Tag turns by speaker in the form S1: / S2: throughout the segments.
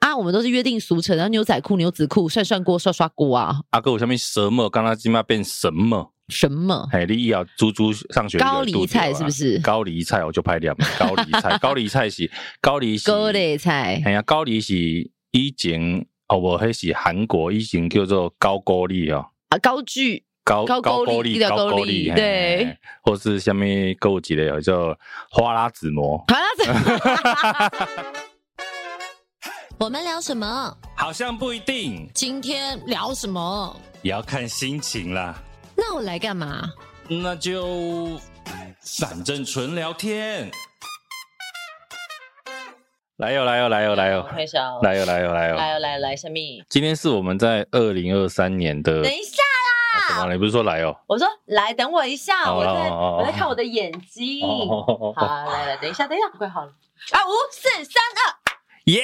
S1: 啊，我们都是约定俗成，然后牛仔裤、牛子裤、涮涮锅、刷刷锅啊，
S2: 阿哥有啥物什么？刚刚今麦变什么？
S1: 什么？
S2: 嘿，你以后足足上学
S1: 高丽菜是不
S2: 是？
S1: 是？
S2: 啊高丽菜我就拍点高丽 菜，高丽菜是高丽是
S1: 高丽菜
S2: 哎呀，高丽是以前哦，无迄是韩国以前叫做高高丽哦，
S1: 啊，高句
S2: 高
S1: 高句
S2: 高
S1: 丽
S2: 丽
S1: 叫
S2: 高
S1: 高
S2: 高
S1: 丽
S2: 丽，嘿
S1: 对，
S2: 嘿或是下面购物级的有叫花拉子模，
S1: 好啦， 我们聊什么？
S2: 好像不一定，
S1: 今天聊什么？
S2: 也要看心情啦。
S1: 那我来干嘛？
S2: 那就反正纯聊天，来哟来哟来哟来哟
S1: 开小，
S2: 来哦哟来哟来哟，
S1: 来哦来来，小蜜，
S2: 今天是我们在二零二三年的
S1: 等一下，
S2: 什么？你不是说来哟？
S1: 我说来，等我一下，
S2: 哦
S1: 我在
S2: 哦哦哦
S1: 我在看我的眼睛。
S2: 哦
S1: 好，来来，等一下，等一下，快好了。啊，五四三二，
S2: 耶！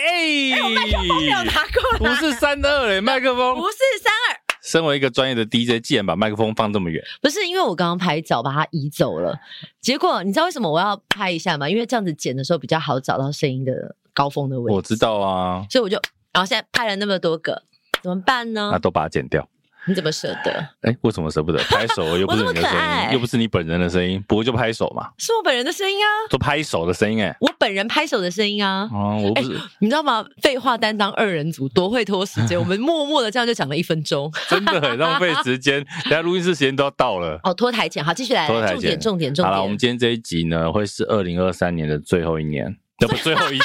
S1: 哎没有拿过
S2: 不
S1: 来。
S2: 是三二嘞，麦克 风。
S1: 五四三二，
S2: 身为一个专业的 DJ，既然把麦克风放这么远，
S1: 不是因为我刚刚拍照把它移走了，结果你知道为什么我要拍一下吗？因为这样子剪的时候比较好找到声音的高峰的位置。
S2: 我知道啊，
S1: 所以我就，然后现在拍了那么多个，怎么办呢
S2: 那？都把它剪掉。
S1: 你怎么舍得？
S2: 哎，为什么舍不得？拍手又不是
S1: 我这么
S2: 你的
S1: 可
S2: 声
S1: 爱
S2: 音，又不是你本人的声音，不过就拍手嘛，
S1: 是我本人的声音啊，
S2: 就拍手的声音哎。
S1: 我本人拍手的声音啊，
S2: 哦，我不是
S1: 你知道吗？废话担当二人组多会拖时 间，我们默默的这样就讲了一分钟。
S2: 真的很浪费时 间，等下录音室时间都要到了。
S1: 哦，拖台前，好，继续来，
S2: 拖台
S1: 重点，
S2: 前
S1: 重点，重
S2: 好
S1: 点。
S2: 了，我们今天这一集呢，会是二零二三年的最后一 年，那不最后一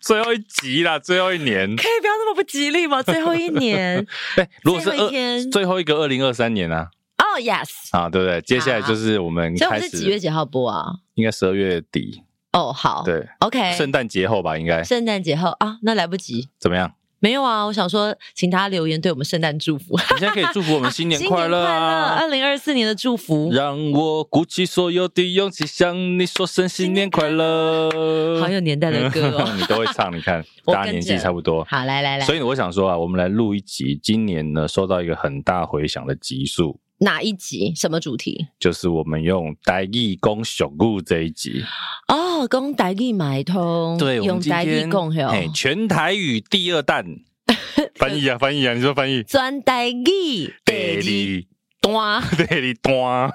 S2: 最后一集啦，最后一 年。
S1: 可以不要那么不吉利吗？最后一 年，
S2: 哎，如果是
S1: 最后一天
S2: 二最后一个二零二三年啊，
S1: 哦、yes，
S2: 啊，对不对？接下来就是我们
S1: 所以我
S2: 开
S1: 们是几月
S2: 始，
S1: 几号播啊？
S2: 应该十二月底，
S1: 哦，好，
S2: 对，
S1: ，OK，
S2: 圣诞节后吧，应该
S1: 圣诞节后啊，那来不及。
S2: 怎么样？
S1: 没有啊，我想说，请大家留言对我们圣诞祝福，
S2: 你现在可以祝福我们新年快乐啊！
S1: 二零二四年的祝福。
S2: 让我鼓起所有的勇气向你说声新年快乐。
S1: 好有年代的歌哦。
S2: 你都会唱，你看
S1: 我跟着
S2: 大家年纪差不多。
S1: 好，来来来，
S2: 嗯所以我想说啊，我们来录一集，今年呢收到一个很大回响的集数，
S1: 哪一集？什么主题？
S2: 就是我们用台语讲俗语这一集。
S1: 哦，讲台语买通，
S2: 对，我们
S1: 嗯用
S2: 今
S1: 台
S2: 天
S1: 语讲哦
S2: 哎
S1: 哟，
S2: 全台语第 二弹，翻译啊，翻译啊，你说翻译。
S1: 转台语第
S2: 第
S1: 二啊
S2: 二，第二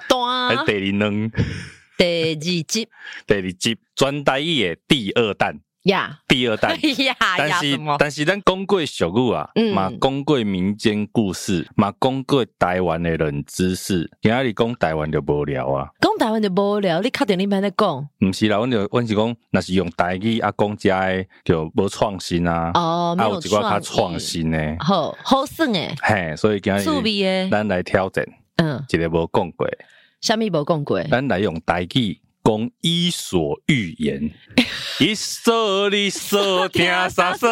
S2: 段，还
S1: 段
S2: 是第二能，
S1: 第二集
S2: 第二集转台语的第二弹，
S1: 呀。
S2: 第二弹
S1: 呀
S2: 哎但
S1: 哎呀
S2: 是
S1: 什么？
S2: 但是咱讲过俗语啊
S1: 嗯，
S2: 嘛讲过民间故事，嘛讲过台湾的冷知识，今仔日讲台湾就无聊啊。
S1: 讲台湾就无聊，你确定你别在讲
S2: 毋是啦，阮就阮是讲，若是用台语啊讲遮的，就无创新啊。
S1: 哦，没
S2: 啊，有一寡较
S1: 有
S2: 创
S1: 创意，
S2: 新呢。
S1: 好好耍诶，
S2: 嘿，所以今仔
S1: 趣
S2: 日
S1: 味诶，
S2: 咱来挑战
S1: 嗯，
S2: 一个无讲过，
S1: 虾米无讲过？
S2: 咱来用台语讲《伊索寓言》。 伊索哩索听啥 索？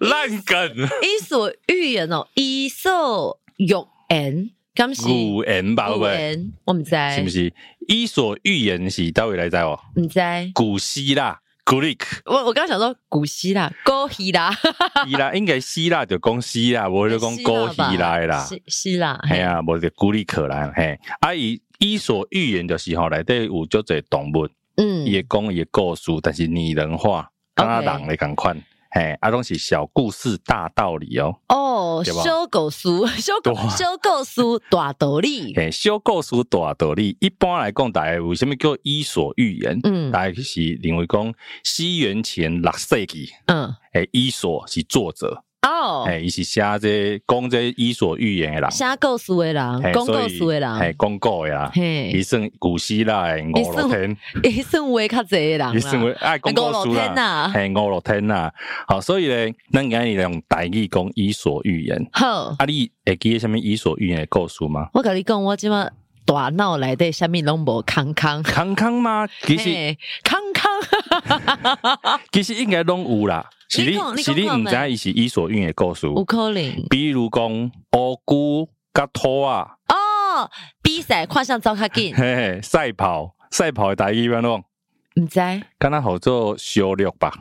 S2: 烂梗，
S1: 伊所欲言哦，伊所欲言，敢是
S2: 古言吧，
S1: 古
S2: 喂，
S1: 言，我毋知，
S2: 是不是？《伊索寓言》是到位来知哦，
S1: 毋知。
S2: 古希腊。古力克
S1: 我我刚刚想说古希腊、古希腊，
S2: 希 腊应该希腊就讲希腊，无就讲古希腊 的啦。
S1: 希希腊，
S2: 系
S1: 嘿，
S2: 啊，无就古力可兰嘿。啊，伊伊所寓言就是吼，内底有足侪动物，
S1: 嗯，
S2: 伊会讲伊的故事，但是拟人化，
S1: OK
S2: 敢若人咧共款。嘿，啊，拢是小故事大道理哦。
S1: 哦，
S2: 对吧
S1: 小狗书， 小狗
S2: 对啊
S1: 小狗书大道理，
S2: 嘿，小故事大道理，一般来讲，大家为什么叫伊所寓言？
S1: 嗯
S2: 大家是认为讲西元前六世纪，
S1: 嗯，
S2: 诶，伊索是作者，
S1: 哦，
S2: 诶，伊是写这讲这伊所寓言的人，
S1: 写故事的人，
S2: 嘿
S1: 讲
S2: 所
S1: 故
S2: 以
S1: 事的
S2: 嘿，
S1: 人，
S2: 讲故的啦，伊
S1: 嘿，
S2: 算古希腊的五
S1: 伊
S2: 六
S1: 算
S2: 天。
S1: 伊算话较济的人
S2: 伊算为
S1: 啦，
S2: 爱哎讲故事
S1: 五六天啊
S2: 啦，嘿，五六天啦。好，所以咧，咱今日用台语讲《伊索寓言》。
S1: 好，
S2: 啊，你会记得什么《伊索寓言》的故事吗？
S1: 我甲你讲，我即马大脑内底虾米拢无空空，
S2: 康康吗？其实
S1: 嘿空 空，
S2: 其实应该拢有啦。是
S1: 你讲你
S2: 是你
S1: 讲看
S2: 毋知伊是《伊索寓言》的故事，
S1: 有可能
S2: 比如讲乌龟甲兔啊，
S1: 哦，比赛看向走较 紧，
S2: 嘿嘿，赛跑赛跑的台语安怎？
S1: 毋知，
S2: 敢若号做烧肉吧？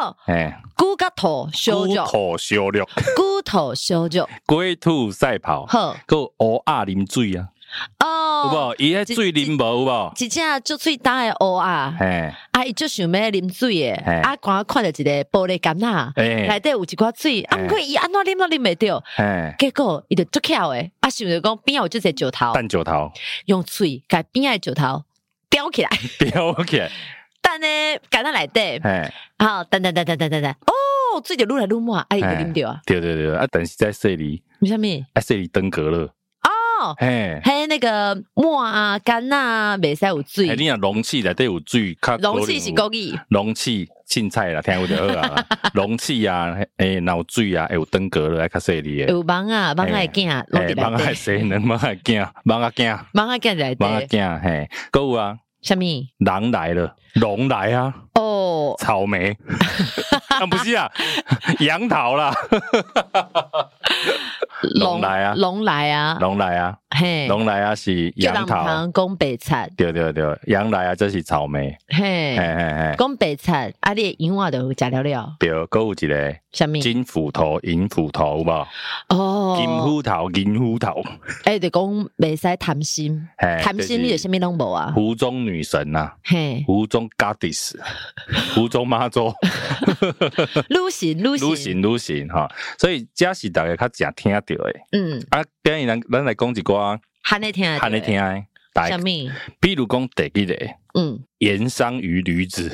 S1: 哦，
S2: 嘿，
S1: 骨甲头烧
S2: 龟
S1: 肉，
S2: 兔烧肉，
S1: 骨头烧肉，
S2: 龟兔赛跑，
S1: 好，
S2: 还有乌鸦啉水啊。
S1: 哦，
S2: 有
S1: 哦，
S2: 无？伊迄水啉无有无？
S1: 一只足喙焦的乌啊，
S2: 嘿，
S1: 啊伊足想要啉水的，
S2: 嘿
S1: 啊刚看着一个玻璃缸呐，内
S2: 诶，
S1: 底有一寡水，啊
S2: 嘿
S1: 毋过伊安怎啉都啉袂着，
S2: 嘿，
S1: 结果伊就足巧的，啊想着讲边仔有即个石头，
S2: 蛋石头
S1: 用喙甲边仔的石头叼起来，
S2: 吊起来，
S1: 等呢夹到内底，
S2: 嘿，
S1: 好等等等等等等等，哦水就愈来愈满，啊伊就啉着啊，
S2: 对对对，啊，但是在说里，
S1: 为啥物？
S2: 啊，说里登革热
S1: 哦，
S2: 嘿，
S1: 嘿，那个沫啊、干呐、啊，袂使有
S2: 嘿哎你
S1: 水，
S2: 若容器内底有水，较
S1: 容器是
S2: 讲
S1: 故意。
S2: 容器凊彩啦，听有就好 啊，容器啊，诶，若有水啊，会有登革热，较说里诶，
S1: 有蚊啊，蚊仔惊，拢
S2: 嘿，啊
S1: 伫
S2: 蠓
S1: 内
S2: 仔
S1: 底，
S2: 蛇，蠓仔惊，蠓仔惊，
S1: 蚊仔惊在内
S2: 蠓仔
S1: 底，
S2: 惊，嘿，还有啊，
S1: 啥物？
S2: 狼来了，龙来啊。
S1: 哦，
S2: 草莓 啊，不是啊，杨桃啦，龙来啊
S1: 龙来啊，
S2: 龙来啊，
S1: 嘿，
S2: 龙来啊是
S1: 叫
S2: 杨桃，
S1: 人讲白菜，
S2: 对对对，杨来啊这是草莓，
S1: 嘿，
S2: 嘿嘿嘿，
S1: 讲白菜，啊，你的银话就食了了，
S2: 对，还有一个
S1: 啥物？
S2: 金斧头、银斧头，有无？金
S1: 哦，
S2: 斧头、银斧头，
S1: 哎，就讲袂使贪心，
S2: 嘿
S1: 贪心你就啥物拢无啊，
S2: 湖中女神呐、啊，
S1: 嘿，
S2: 湖中 goddess，湖中妈祖，
S1: 女神女
S2: 女
S1: 神，
S2: 神女神哈，所以这是大家较常听到的。
S1: 嗯，
S2: 啊，今日咱咱来讲一寡，
S1: 喊你听，
S2: 喊你听，的，大
S1: 啥
S2: 家
S1: 物？
S2: 比如讲第一个。
S1: 嗯，
S2: 盐商与驴子，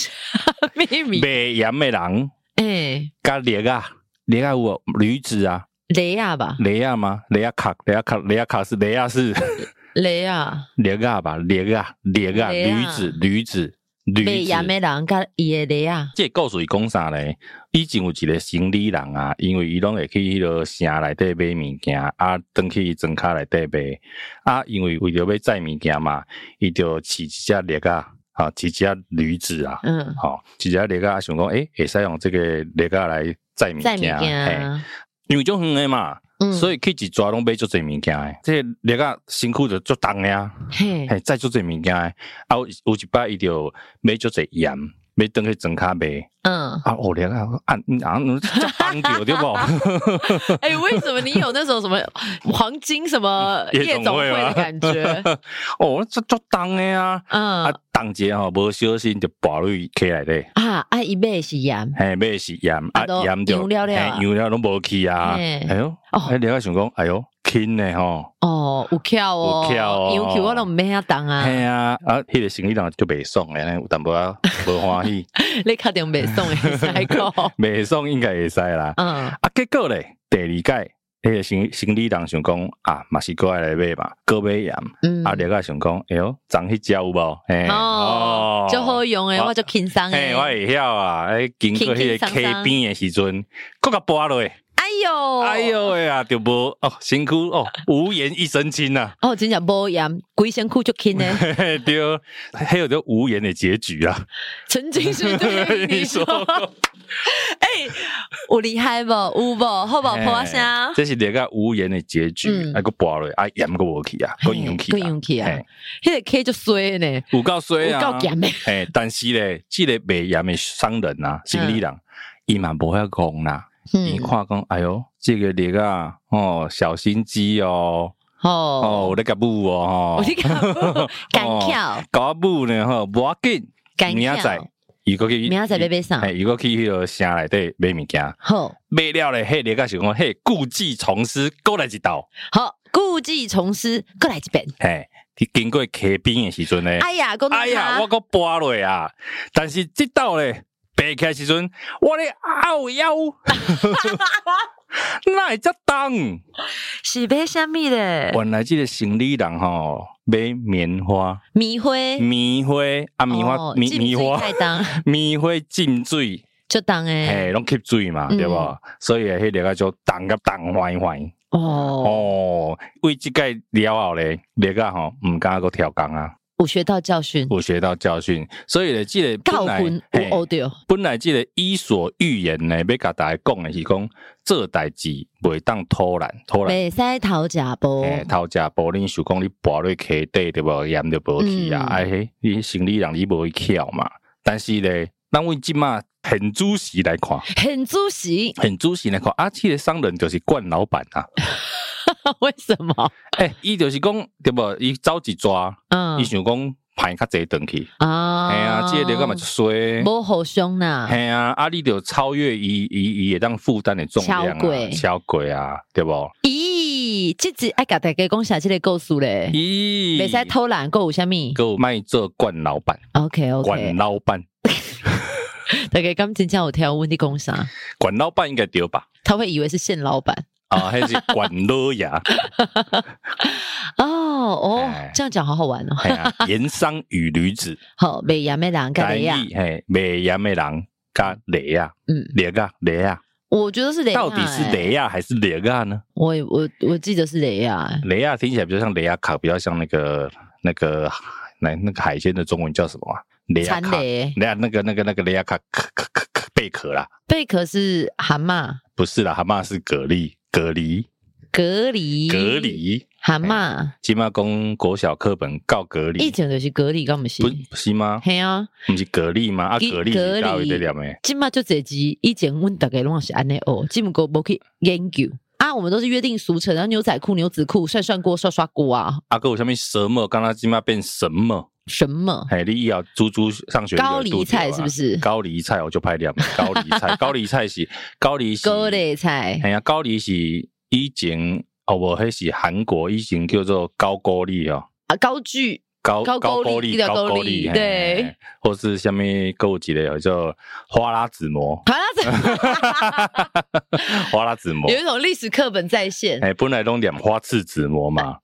S1: 秘密，
S2: 卖盐的人，
S1: 哎，
S2: 甲猎啊，猎啊有无驴子啊，
S1: 雷啊吧，
S2: 猎啊吗？猎啊卡，猎啊卡，猎啊卡是猎啊是
S1: 雷啊，
S2: 猎啊吧，猎啊猎啊，
S1: 猎啊
S2: 驴子驴子
S1: 被
S2: 驴
S1: 亚
S2: 子。
S1: 美人甲伊的雷啊，
S2: 这故事伊讲啥咧？以前有一个生理人啊，因为伊拢会去迄落城内底买物件，啊，转去庄卡内底卖，啊，因为为着要载物件嘛，伊就饲一只猎啊，啊，饲一只驴子啊，
S1: 嗯，
S2: 吼、一只猎啊想讲，诶、会使用这个猎啊来载物
S1: 在
S2: 件，
S1: 物
S2: 嘿
S1: 件，啊
S2: 因为种远的嘛，
S1: 嗯，
S2: 所
S1: 以
S2: 以去一抓拢买足侪物件的，这个猎啊辛苦就足重的啊，
S1: 嘿，
S2: 嘿，载足侪物件的，啊，有有一摆伊就买足侪盐，买转去庄卡卖，
S1: 嗯，
S2: 啊，哦，猎啊，啊，你啊，你这帮着对不？
S1: 哎，为什么你有那种什么黄金什 么 夜总会的感觉？
S2: 哦，这足重的啊，啊
S1: 嗯，
S2: 重者吼，无小心就跋入起来底
S1: 啊啊，一杯是盐，
S2: 嘿，买的是盐，
S1: 啊
S2: 啊
S1: 都
S2: 盐就
S1: 洋了了啊
S2: 嘿洋了拢无去啊，
S1: 嘿
S2: 哎呦，
S1: 哦
S2: 哎，你啊想讲，哎呦，轻呢吼，
S1: 哦，有翘哦，
S2: 有翘哦
S1: 有翘我都唔免遐重啊，
S2: 嘿啊，啊，迄个生理人就袂爽诶，有淡薄仔 无欢喜，
S1: 你确定袂送诶，塞 口，
S2: 袂爽应该会使啦。
S1: 嗯
S2: 啊，结果咧，第二届迄个生生理人想讲啊，嘛是过来买嘛，过买盐，
S1: 嗯，
S2: 啊，你啊想讲，哎呦，长迄招有无？嘿
S1: 哦，就好用诶，
S2: 我
S1: 我就轻松
S2: 嘿，
S1: 诶
S2: 我，会晓啊！哎，经过
S1: 轻
S2: 迄
S1: 轻
S2: 个
S1: 松
S2: K
S1: 松
S2: 边诶时阵，搁甲跋落去，
S1: 哎呦，
S2: 哎。呦喂啊，就无哦，身躯哦，无言一身轻呐、啊。
S1: 哦，真正无盐，规身躯足轻诶，
S2: 嘿嘿，对，还有就无言的结局啊！
S1: 曾经是对你说， 哎，有厉害无？有无？好无？
S2: 嘿
S1: 破声。
S2: 这是一个无言的结局
S1: 嗯，
S2: 啊个跋落，啊盐个无去啊，个勇气，
S1: 嘿还勇气啊
S2: 嘿！
S1: 迄个 K 就衰呢，
S2: 有够衰
S1: 有
S2: 啊！
S1: 够咸诶。
S2: 嘿，但是咧，这个卖盐的商人啊，生意人，伊嘛无遐戆啦，
S1: 嗯，
S2: 伊看讲，哎哟，这个猎啊，哦，小心机哦，哦，
S1: 哦
S2: 有，咧甲母哦
S1: 我，你 讲干跳，
S2: 甲我母呢吼，无要紧，
S1: 干
S2: 明仔载
S1: 跳，，
S2: 伊个去，
S1: 明仔载要买啥
S2: 嘿，伊个去迄个城内底买物件。
S1: 好，
S2: 买了咧，迄个甲想讲，嘿，故技重施，过来一道，
S1: 好，故技重施，过来一遍。
S2: 嘿，去经过溪边的时阵咧，
S1: 哎呀，讲
S2: 哎呀，我个跋落啊！但是即道咧，爬起来时阵，我咧拗 腰，哪会遮重？
S1: 是买啥物咧？
S2: 原来即个生理人吼，买棉花、
S1: 米灰，
S2: 棉花啊，棉花、
S1: 哎哦
S2: 棉
S1: 浸水
S2: 棉花、
S1: 太当，
S2: 棉花浸水，
S1: 就当诶。
S2: 嘿，拢吸水嘛，
S1: 嗯
S2: 对无？所以啊迄个叫重甲重坏坏。
S1: 哦，
S2: 哦，为即个了后咧，你个吼毋敢个跳工啊，
S1: 我学到教训，
S2: 有学到教训，所以咧，即个
S1: 教
S2: 本来
S1: 训哦
S2: 嘿
S1: 有学着。
S2: 本来即个伊索寓言呢，要甲大家讲的是讲，这代志袂当偷懒，偷懒。
S1: 袂使偷食无
S2: 诶，头食无恁想讲你跋落溪底对无，盐就无去啊！
S1: 嗯
S2: 哎嘿，你生理人你无去巧嘛。但是咧，咱阮即马很主席来看，
S1: 很主席，
S2: 很主席来看，啊，即、个商人就是惯老板啊。
S1: 为什么？
S2: 诶，伊就是讲对无，伊走一抓，
S1: 嗯
S2: 伊想讲排较济顿去，
S1: 啊，
S2: 嘿啊，即个你干嘛就衰？
S1: 无好凶呐？
S2: 嘿啊，啊，你就超越伊伊伊会当负担的重
S1: 超
S2: 量
S1: 嗯过
S2: 啊，超过啊，对无？
S1: 咦，这只爱甲大家讲下这个故事嘞，
S2: 咦，
S1: 袂使偷懒，够有虾米
S2: 还有卖做惯老板，
S1: ？OK
S2: 管
S1: OK，
S2: 老板，
S1: 大家刚真正有听我问你讲啥，
S2: 管老板应该对吧？
S1: 啊他会以为是现老板
S2: 啊，还是管老爷？
S1: 哦哦
S2: 哎，
S1: 这样讲好好玩哦。
S2: 嘿啊，盐商与驴子，
S1: 好，美亚美人跟
S2: 台
S1: 雷啊亚，
S2: 语嘿，卖盐的人甲雷啊，
S1: 嗯，
S2: 雷啊雷啊，
S1: 我觉得是雷亚，
S2: 到底是
S1: 欸？
S2: 雷啊还是雷啊呢？
S1: 我我我记得是雷亚，欸
S2: 雷亚听起来比较像雷亚卡，比较像那个那个那那个海鲜的中文叫什么啊？雷亚
S1: 残
S2: 卡，
S1: 雷欸
S2: 雷啊亚那个那个那个雷亚卡，壳壳壳壳贝壳啦，
S1: 贝壳是蛤蟆，
S2: 不是啦，蛤蟆是蛤蜊，蛤蜊，
S1: 蛤蜊，
S2: 蛤蜊。
S1: 蛤蟆，
S2: 起码讲国小课本告蛤
S1: 以
S2: 蜊，
S1: 前就是蛤蜊，敢不是？
S2: 不是吗？
S1: 嘿啊，
S2: 不是蛤蜊吗？
S1: 蛤
S2: 啊，蛤
S1: 蛤
S2: 蜊是
S1: 蜊
S2: 到底在了没？
S1: 今嘛就这集，以前阮大概拢是安尼学，只不过无去研究啊。我们都是约定俗成，然后牛仔裤、牛子裤、涮涮锅、涮涮锅啊，
S2: 啊，哥，有下面什么？刚刚起码变什么？
S1: 什么
S2: 嘿，你以后猪猪上学
S1: 高丽菜是不
S2: 是？
S1: 是？
S2: 啊高丽菜我就拍了，高丽菜，高丽菜是高丽是
S1: 高丽菜
S2: 哎呀，高丽是以前哦，无迄是韩国以前叫做高高丽哦，
S1: 啊，高句
S2: 高
S1: 高句
S2: 高
S1: 丽
S2: 丽
S1: 叫
S2: 高
S1: 高
S2: 高
S1: 丽
S2: 丽，嘿
S1: 对，，
S2: 嘿或是下面购物级的有叫花拉子模
S1: 好
S2: 哦
S1: 像是
S2: 花拉子模
S1: 有，一种历史课本再现。
S2: 哎，本来拢念花刺子模
S1: 啊
S2: 嘛，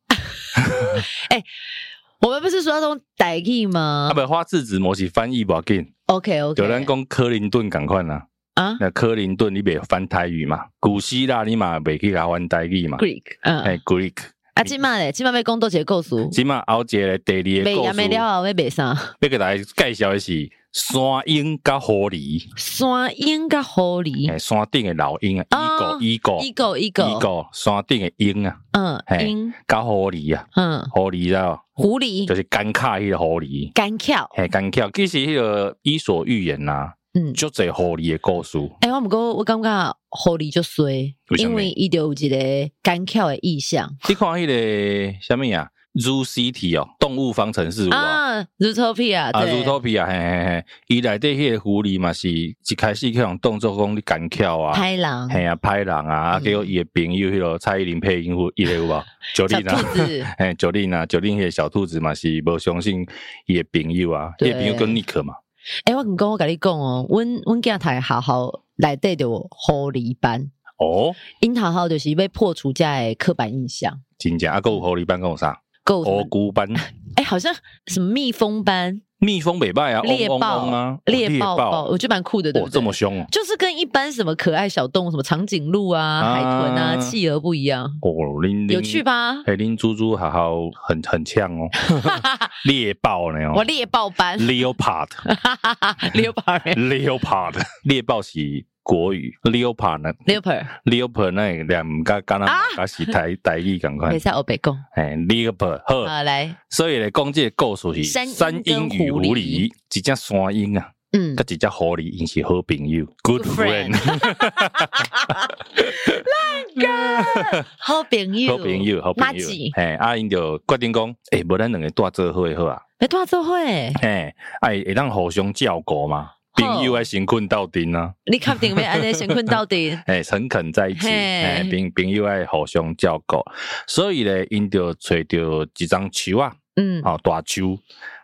S1: 我们不是说要用傣语吗
S2: 啊不，花刺子模是翻译不要紧，
S1: ？OK OK，
S2: 有人讲克林顿赶快啦，
S1: 啊
S2: 那克林顿你袂翻台语嘛，古希腊你嘛袂去甲翻台语嘛，
S1: ，Greek，嗯，
S2: 哎，Greek，
S1: 啊，今嘛嘞，今嘛被工多节构熟，
S2: 即嘛后一个第二个
S1: 嗯没
S2: 故
S1: 呀没
S2: 事，
S1: 了啊，没北上，
S2: 要给大家介绍的是山鹰甲狐狸。
S1: 山鹰甲狐
S2: 诶，
S1: 狸，
S2: 山顶的老鹰
S1: 哦
S2: 啊，伊狗
S1: 一
S2: 伊
S1: 狗一
S2: 狗
S1: 狗，
S2: 山顶的鹰啊，
S1: 嗯，
S2: 嘿
S1: 鹰，
S2: 甲狐狸啊，
S1: 嗯，
S2: 狐狸知道无
S1: 狐狸
S2: 就，是干卡迄个狐狸，
S1: 干跳。
S2: 嘿，干巧，其实迄个《伊索寓言》呐，
S1: 嗯
S2: 足侪狐狸的故事，
S1: 哎、我毋过我感觉狐狸就衰，
S2: 为什
S1: 因
S2: 么
S1: 为伊就有一个干巧的意象
S2: 你看迄个什么啊，Zoo City 哦，动物方程式有啊。
S1: 啊，Zootopia
S2: 啊
S1: 对，
S2: ，Zootopia，嘿嘿嘿，伊内底迄个狐狸嘛是一开始去用动作讲你干巧啊，
S1: 拍狼、
S2: 嘿啊，歹人啊，
S1: 嗯
S2: 结果伊的朋友迄个蔡依林配音有伊个有无？九
S1: 小
S2: 令啊
S1: 兔。 子，
S2: 哎，九令啊，九令迄个小兔子嘛是无相信伊的朋友啊，
S1: 对
S2: 伊的朋友跟尼克嘛，
S1: 哎、我毋讲，我甲你讲哦，阮阮囝读学校内底就有狐狸班，
S2: 哦，
S1: 因学校就是要破除遮的刻板印象，
S2: 真正啊，
S1: 嗯
S2: 还有狐狸班跟有啥？
S1: 够
S2: 乌龟班，
S1: 哎、好像什么蜜蜂班、
S2: 蜜蜂北拜啊，
S1: 猎
S2: 嗡嗡
S1: 豹
S2: 嗡啊，
S1: 猎豹豹，
S2: 豹，
S1: 我觉得蛮酷的，对不
S2: 哦，这
S1: 对？
S2: 么凶哦，
S1: 就是跟一般什么可爱小动物，什么长颈鹿啊、
S2: 啊
S1: 海豚啊、企鹅不一样，
S2: 哦，恁
S1: 有趣？吧
S2: 恁？哎，恁猪猪好好，很很呛 哦，猎豹呢
S1: 我
S2: 哦
S1: 猎豹班。
S2: ，leopard，leopard，
S1: 哈哈哈 leopard
S2: 猎豹是国语，leopard 呢
S1: leopard，
S2: ，leopard 那两个敢若
S1: 啊
S2: 敢是 台台语共款
S1: 没，在欧北贡。
S2: 哎，leopard 好。
S1: 好来，
S2: 所以咧，讲这个故事是
S1: 山鹰
S2: 山鹰与狐
S1: 跟狐
S2: 狸
S1: 狸，
S2: 一只山鹰啊，
S1: 嗯
S2: 甲，一只狐狸，因是好朋友，good
S1: Good friend
S2: friend，
S1: 好朋友，
S2: 好朋友，好
S1: 垃
S2: 朋友
S1: 圾。，
S2: 嘿，啊，因就决定讲，诶，无咱两个带做伙就好啊，
S1: 没多少做会，
S2: 嘿，啊，会会当互相照顾嘛，
S1: 好
S2: 朋友爱神困到阵啊，
S1: 你确定没安尼先困到底？
S2: 诶，诚恳在一起，
S1: 嘿
S2: 诶，朋朋友爱互相照顾，所以咧，因就找着一丛树啊，
S1: 嗯，
S2: 吼、大树，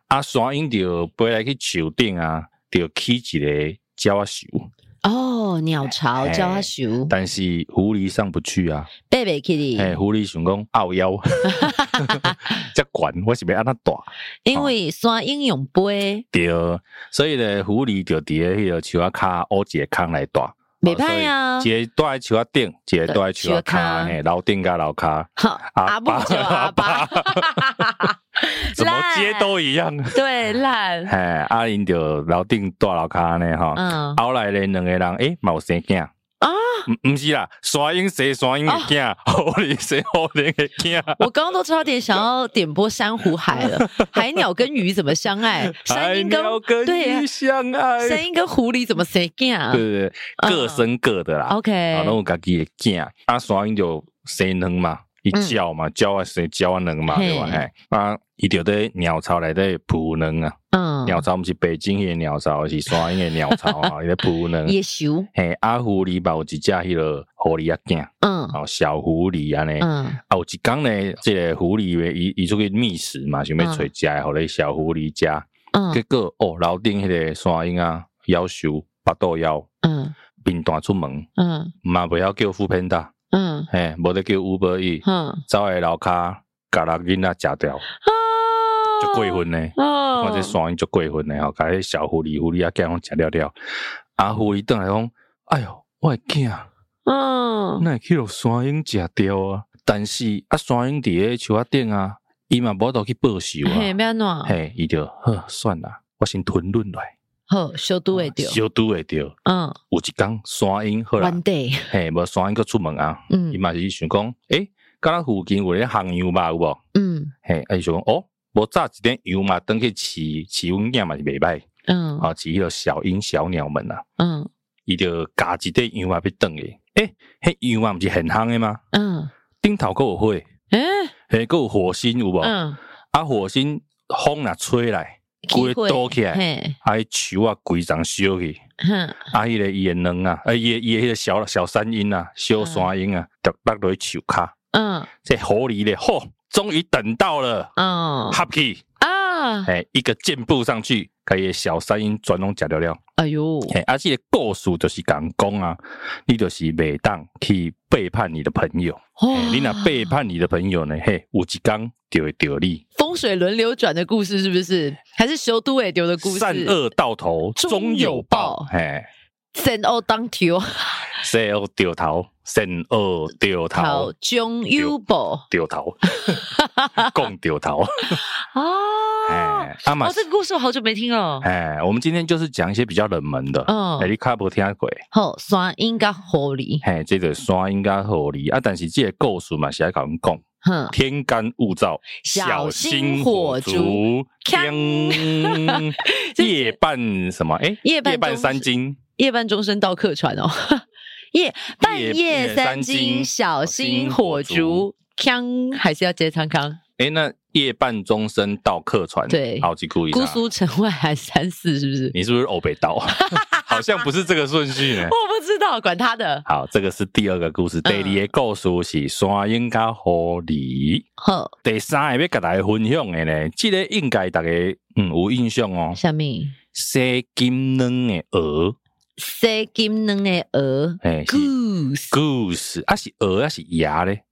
S2: 啊，山鹰就飞来去树顶啊，就起一个鸟仔树。
S1: 哦，鸟巢
S2: 嘿
S1: 叫阿熊，
S2: 但是狐狸上不去啊，
S1: 贝贝 kitty，
S2: 哎、狐狸想讲 拗腰，这悬我是要安那大
S1: 因为山英勇杯，
S2: 对，所以咧狐狸就伫咧迄个树仔骹挖一个坑来大，哦
S1: 没派啊
S2: 所。以一个住在树仔顶，一个住在树
S1: 树
S2: 仔
S1: 仔骹
S2: 骹，嘿，楼顶甲楼骹，
S1: 好，阿布就阿 爸，
S2: 怎么接
S1: 烂
S2: 都一样，
S1: 对烂，
S2: 嘿，啊因就楼顶住楼骹呢吼。
S1: 嗯，
S2: 后来咧，两个人诶，嘛有生囝啊，毋是啦，山鹰生山鹰的
S1: 哦
S2: 囝，狐狸生狐狸的 囝。
S1: 我刚刚都差点想要点播珊瑚海 了，海鸟跟鱼怎么相爱？山鹰
S2: 哎
S1: 跟对
S2: 相爱
S1: 山鹰跟狐狸怎么谁干啊
S2: 对对对，
S1: 嗯
S2: 各生各的啦，
S1: ？OK，
S2: 啊，拢有家己的囝，啊，山鹰就生卵嘛，伊鸟嘛，鸟啊生鸟啊卵嘛，
S1: 嗯嘿
S2: 对吧？嘿，啊，伊就在鸟巢内底孵卵啊，
S1: 嗯，
S2: 鸟巢毋是北京迄个鸟巢，是山迄个鸟 巢啊，伊咧孵卵。
S1: 野兽，
S2: 嘿，啊，狐狸嘛有一只迄个狐狸仔囝，
S1: 嗯
S2: 哦，小狐狸安尼。
S1: 嗯
S2: 啊，有一工呢，即、个狐狸咧伊伊出去觅食嘛，想要找食诶，互咧小狐狸食。结
S1: 嗯
S2: 果哦，楼顶迄个山鹰啊，夭寿巴肚枵，
S1: 嗯
S2: 面单出门，
S1: 嗯
S2: 嘛袂晓叫副偏大，
S1: 嗯
S2: 嘿，无得叫 Uber E，
S1: 嗯，
S2: 走来楼骹，甲人囡仔食掉，
S1: 啊，
S2: 足过分呢。
S1: 哦，
S2: 我这山鹰足过分的吼，甲迄小狐狸、狐狸啊，囝拢食了了。啊，狐狸倒来讲，哎哟，我的囝，啊
S1: 嗯，
S2: 那去互山鹰食掉啊。但是啊，山鹰伫咧树仔顶啊，伊嘛无度去报仇啊。
S1: 嘿，要暖，
S2: 嘿，伊就呵算啦，我先吞忍来，
S1: 好，小都会掉，
S2: 小拄会着。
S1: 嗯，
S2: 有一工山鹰好啦
S1: 完，蛋，
S2: 嘿，无山鹰佫出门啊，
S1: 嗯
S2: 伊嘛是想讲，诶，敢若附近有咧行羊肉有无？
S1: 嗯
S2: 嘿，啊伊想讲，哦，无早一点羊嘛，等去饲饲阮囝嘛是袂歹，
S1: 嗯
S2: 啊，饲迄个小鹰小鸟们啊，
S1: 嗯
S2: 伊就加一块羊肉要转去，诶，迄羊肉毋是现烘诶吗？
S1: 嗯，
S2: 顶头佫有火，
S1: 诶，
S2: 嘿，佫有火星有无？
S1: 嗯，
S2: 啊，火星风若吹来，规个倒起来，
S1: 嘿，
S2: 啊，迄树啊规丛烧去。
S1: 哼，
S2: 啊，迄、个伊诶卵啊，啊，伊诶伊诶迄个小小山鹰啊，小山鹰啊，就落落去树骹。
S1: 嗯
S2: 这狐狸咧，吼，终于等到了，
S1: 嗯
S2: 合起，
S1: 啊，
S2: 哎，一个箭步上去，甲伊诶小山鹰全拢食了了。
S1: 哎呦，
S2: 哎，啊，即、个故事就是讲讲啊，你就是袂当去背叛你的朋友，
S1: 哦
S2: 嘿你若背叛你的朋友呢，嘿，有一天就会着你。
S1: 风水轮流转的故事是不是？还是修都尾丢的故事？
S2: 善恶到头终有报
S1: 终有报，
S2: 嘿，
S1: 善恶当头，
S2: 善恶掉头，善恶掉头
S1: 好，。中有宝
S2: 掉头， 共掉 头。
S1: 啊！
S2: 哎，阿玛
S1: 哦，，这个故事我好久没听了。
S2: 哎，我们今天就是讲一些比较冷门的。
S1: 嗯
S2: 哎，，你卡无听过？
S1: 好，山应该合理。
S2: 嘿，这个山应该合理啊，但是这个故事嘛是爱甲阮讲，
S1: 哼，
S2: 天干物燥，
S1: 小心火
S2: 烛
S1: 烛，
S2: 天
S1: 这是
S2: 夜半什么？哎，
S1: 夜半钟
S2: 三更，
S1: 夜半钟声到客船哦。 夜半夜
S2: 三
S1: 三
S2: 更
S1: 更，小心火
S2: 小心火
S1: 烛。锵，还是要接苍康。
S2: 哎，那夜半钟声到客船，
S1: 对
S2: 好几故意
S1: 姑苏城外还三四是不 是？
S2: 你是不是欧北 岛？好像不是这个顺序呢。
S1: 我不知道，管他的。
S2: 好，这个是第二个故
S1: 嗯
S2: 事。第二个故事是山鹰甲狐狸。
S1: 好，
S2: 第三个要甲大家分享的呢，这个应该大家嗯有印象哦。
S1: 下面。
S2: 西金卵的鹅，
S1: 西金卵的鹅
S2: 哎是
S1: ，goose，
S2: goose 啊是鹅啊是鸭咧，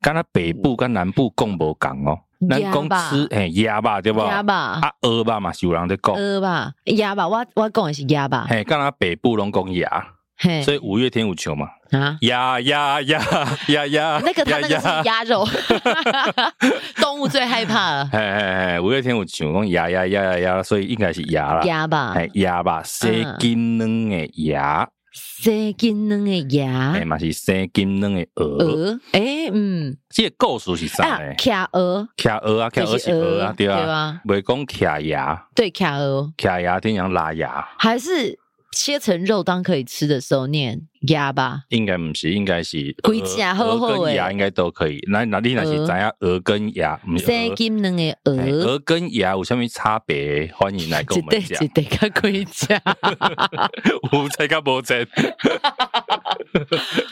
S2: 敢若北部跟南部讲无共哦。咱
S1: 嗯鸭
S2: 讲
S1: 吧
S2: 吃嘿鸭吧对不？
S1: 鸭吧，
S2: 啊鹅吧嘛是有人在讲，
S1: 鹅吧，鸭吧，我我讲的是鸭吧，
S2: 嘿，敢若北部拢讲鸭，
S1: 嘿
S2: 所以五月天有唱嘛，
S1: 啊，
S2: 鸭鸭鸭鸭鸭，
S1: 那个他那个
S2: 啊鸭
S1: 是鸭肉， 动物最害怕 了，
S2: 嘿嘿嘿，五月天有唱讲牙牙牙牙牙，所以应该是牙啦。
S1: 鸭吧，
S2: 哎，牙吧，生
S1: 嗯
S2: 金卵的
S1: 啊
S2: 牙，
S1: 西金卵的
S2: 哎
S1: 鸭，
S2: 嘛是生金卵的鹅。
S1: 鹅，哎，嗯，
S2: 这个故事是啥
S1: 啊
S2: 呢，？
S1: 卡鹅，
S2: 徛鹅啊，徛鹅是鹅啊，对
S1: 对
S2: 啊，
S1: 啊，
S2: 袂讲徛牙，
S1: 对卡鹅，
S2: 徛牙听讲拉牙，
S1: 还是切成肉当可以吃的时候念鸭吧，
S2: 应该毋是，应该是
S1: 规只好好的
S2: 鹅跟牙应该都可以。那那你若是知影鹅跟牙，毋是
S1: 西
S2: 鹅
S1: 金卵的
S2: 嘿
S1: 鹅。
S2: 鹅跟牙有啥物差别？欢迎来跟
S1: 一
S2: 我
S1: 对
S2: 们讲
S1: 一。对，较贵价。
S2: 有才甲无才，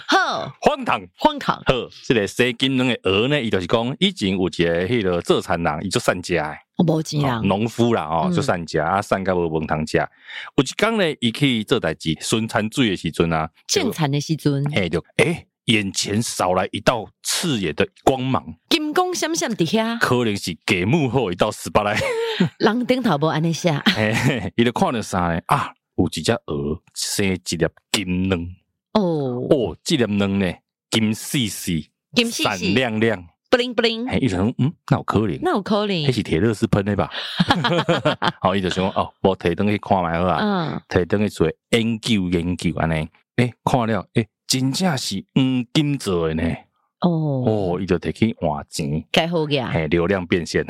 S1: 好，
S2: 荒唐。
S1: 荒唐。
S2: 好，这个西金卵的鹅呢，伊就是讲以前有一个迄个做田人，伊就善食诶，
S1: 我无钱
S2: 哦
S1: 人，
S2: 农夫啦哦，
S1: 嗯
S2: 就善食啊，善甲无饭通食。有一工呢，伊去做代志，顺产水的时阵啊，
S1: 正产的时阵，
S2: 嘿就诶，眼前扫来一道刺眼的光芒，
S1: 金光闪闪底下，
S2: 可能是给幕后一道十八来，
S1: 人顶头无安尼写，
S2: 嘿嘿伊就看到啥呢啊？有一只鹅生一粒金卵，
S1: 哦，
S2: 哦，这粒卵呢金细细，
S1: 金细
S2: 闪
S1: 细
S2: 亮亮，
S1: 不灵不灵，
S2: 嘿，伊就想嗯，那有可能。
S1: 那有可能
S2: 迄，是铁乐斯喷的吧？ 好，伊就想哦，无摕登去看卖好啊，
S1: 嗯，
S2: 摕登去做研究研究安尼。诶、看了，诶、真正是黄金做的呢。
S1: 哦，
S2: 哦，伊就摕去换钱，
S1: 该好个啊，
S2: 嘿，流量变现，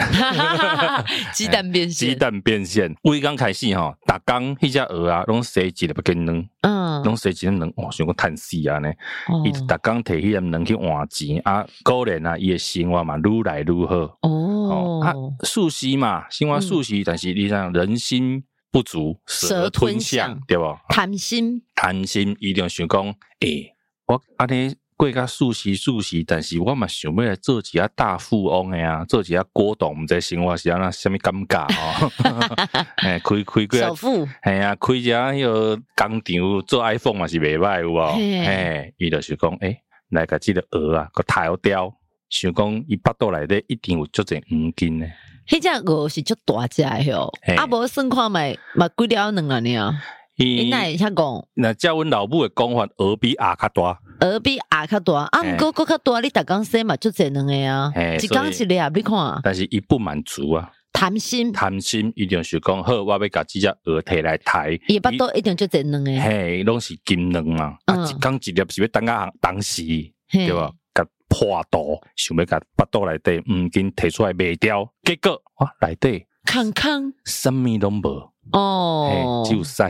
S1: 鸡蛋变
S2: 鸡
S1: 现，
S2: 蛋变现。为刚开始吼，逐工迄只鹅啊，拢洗一粒跟卵，
S1: 嗯，
S2: 拢洗一粒卵，哇，想讲趁死啊呢。
S1: 哦
S2: 伊逐工摕迄粒卵去换钱啊，果然啊，伊诶生活嘛愈来愈好。哦啊
S1: 哦，嗯
S2: 素食嘛，生活素食，但是你想人心不足蛇
S1: 蛇吞
S2: 吞象
S1: 象，
S2: 对无？
S1: 贪心，
S2: 贪心一定要想讲，诶、我安尼过甲素食素食，但是我嘛想要来做一下大富翁诶啊，做一下郭董，毋知生活是安那什么感 觉哦？ 诶、开开过来
S1: 首富，
S2: 系啊，开一下迄个工厂做 iPhone 嘛是袂歹有无？
S1: 嘿
S2: 嘿，伊就是讲，诶、来甲即个鹅啊，个头雕，想讲伊腹肚内底一定有足侪黄金诶。
S1: 迄只鹅是足大只的哟
S2: 嘿，
S1: 啊无算看卖嘛几了两啊年啊，
S2: 伊
S1: 因那会遐讲。
S2: 若照阮老母诶讲法，鹅比鸭较大，
S1: 鹅比鸭较大，啊，
S2: 嘿
S1: 毋过佫较大，你逐工说嘛，足侪两个啊
S2: 嘿，
S1: 一
S2: 所以
S1: 工一粒，你看
S2: 但是伊不满足啊，
S1: 贪心，
S2: 贪心伊就是讲，好，我要甲即只鹅摕来刣，
S1: 伊巴肚一定足侪两
S2: 伊
S1: 个，
S2: 嘿，拢是金卵嘛，啊，
S1: 嗯
S2: 一工一粒是要等啊当时，
S1: 嘿
S2: 对无？甲破肚，想要甲腹肚内底黄金摕出来卖掉，结果哇，内底。
S1: 康康
S2: 什么拢无，
S1: 哦
S2: 嘿，只有屎。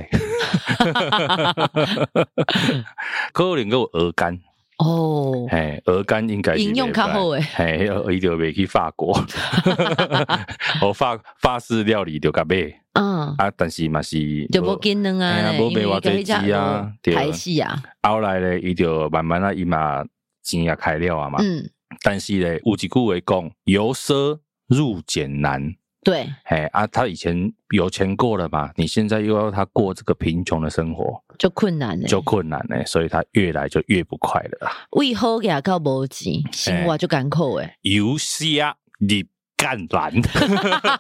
S2: 可能还有鹅肝，
S1: 哦，
S2: 嘿，鹅肝应该是
S1: 应用较好
S2: 袂
S1: 诶
S2: 歹嘿，呃伊就袂去法 国， 哦，法法式料理就甲买
S1: 嗯，
S2: 啊，但是嘛是
S1: 就无见两
S2: 哎呀
S1: 啊，
S2: 无
S1: 因为
S2: 卖偌
S1: 跟
S2: 济
S1: 迄只
S2: 只啊
S1: 鹅
S2: 对
S1: 排戏啊，
S2: 后来咧，伊就慢慢啊，伊嘛钱也开了啊嘛，
S1: 嗯，
S2: 但是咧，有一句话讲，由奢入俭难。
S1: 对，
S2: 嘿啊，他以前有钱过了嘛，你现在又要他过这个贫穷的生活，
S1: 就困难诶，
S2: 就困难呢、所以他越来就越不快乐啦。
S1: 为好个到无钱，生活就艰苦诶。
S2: 游虾你干难，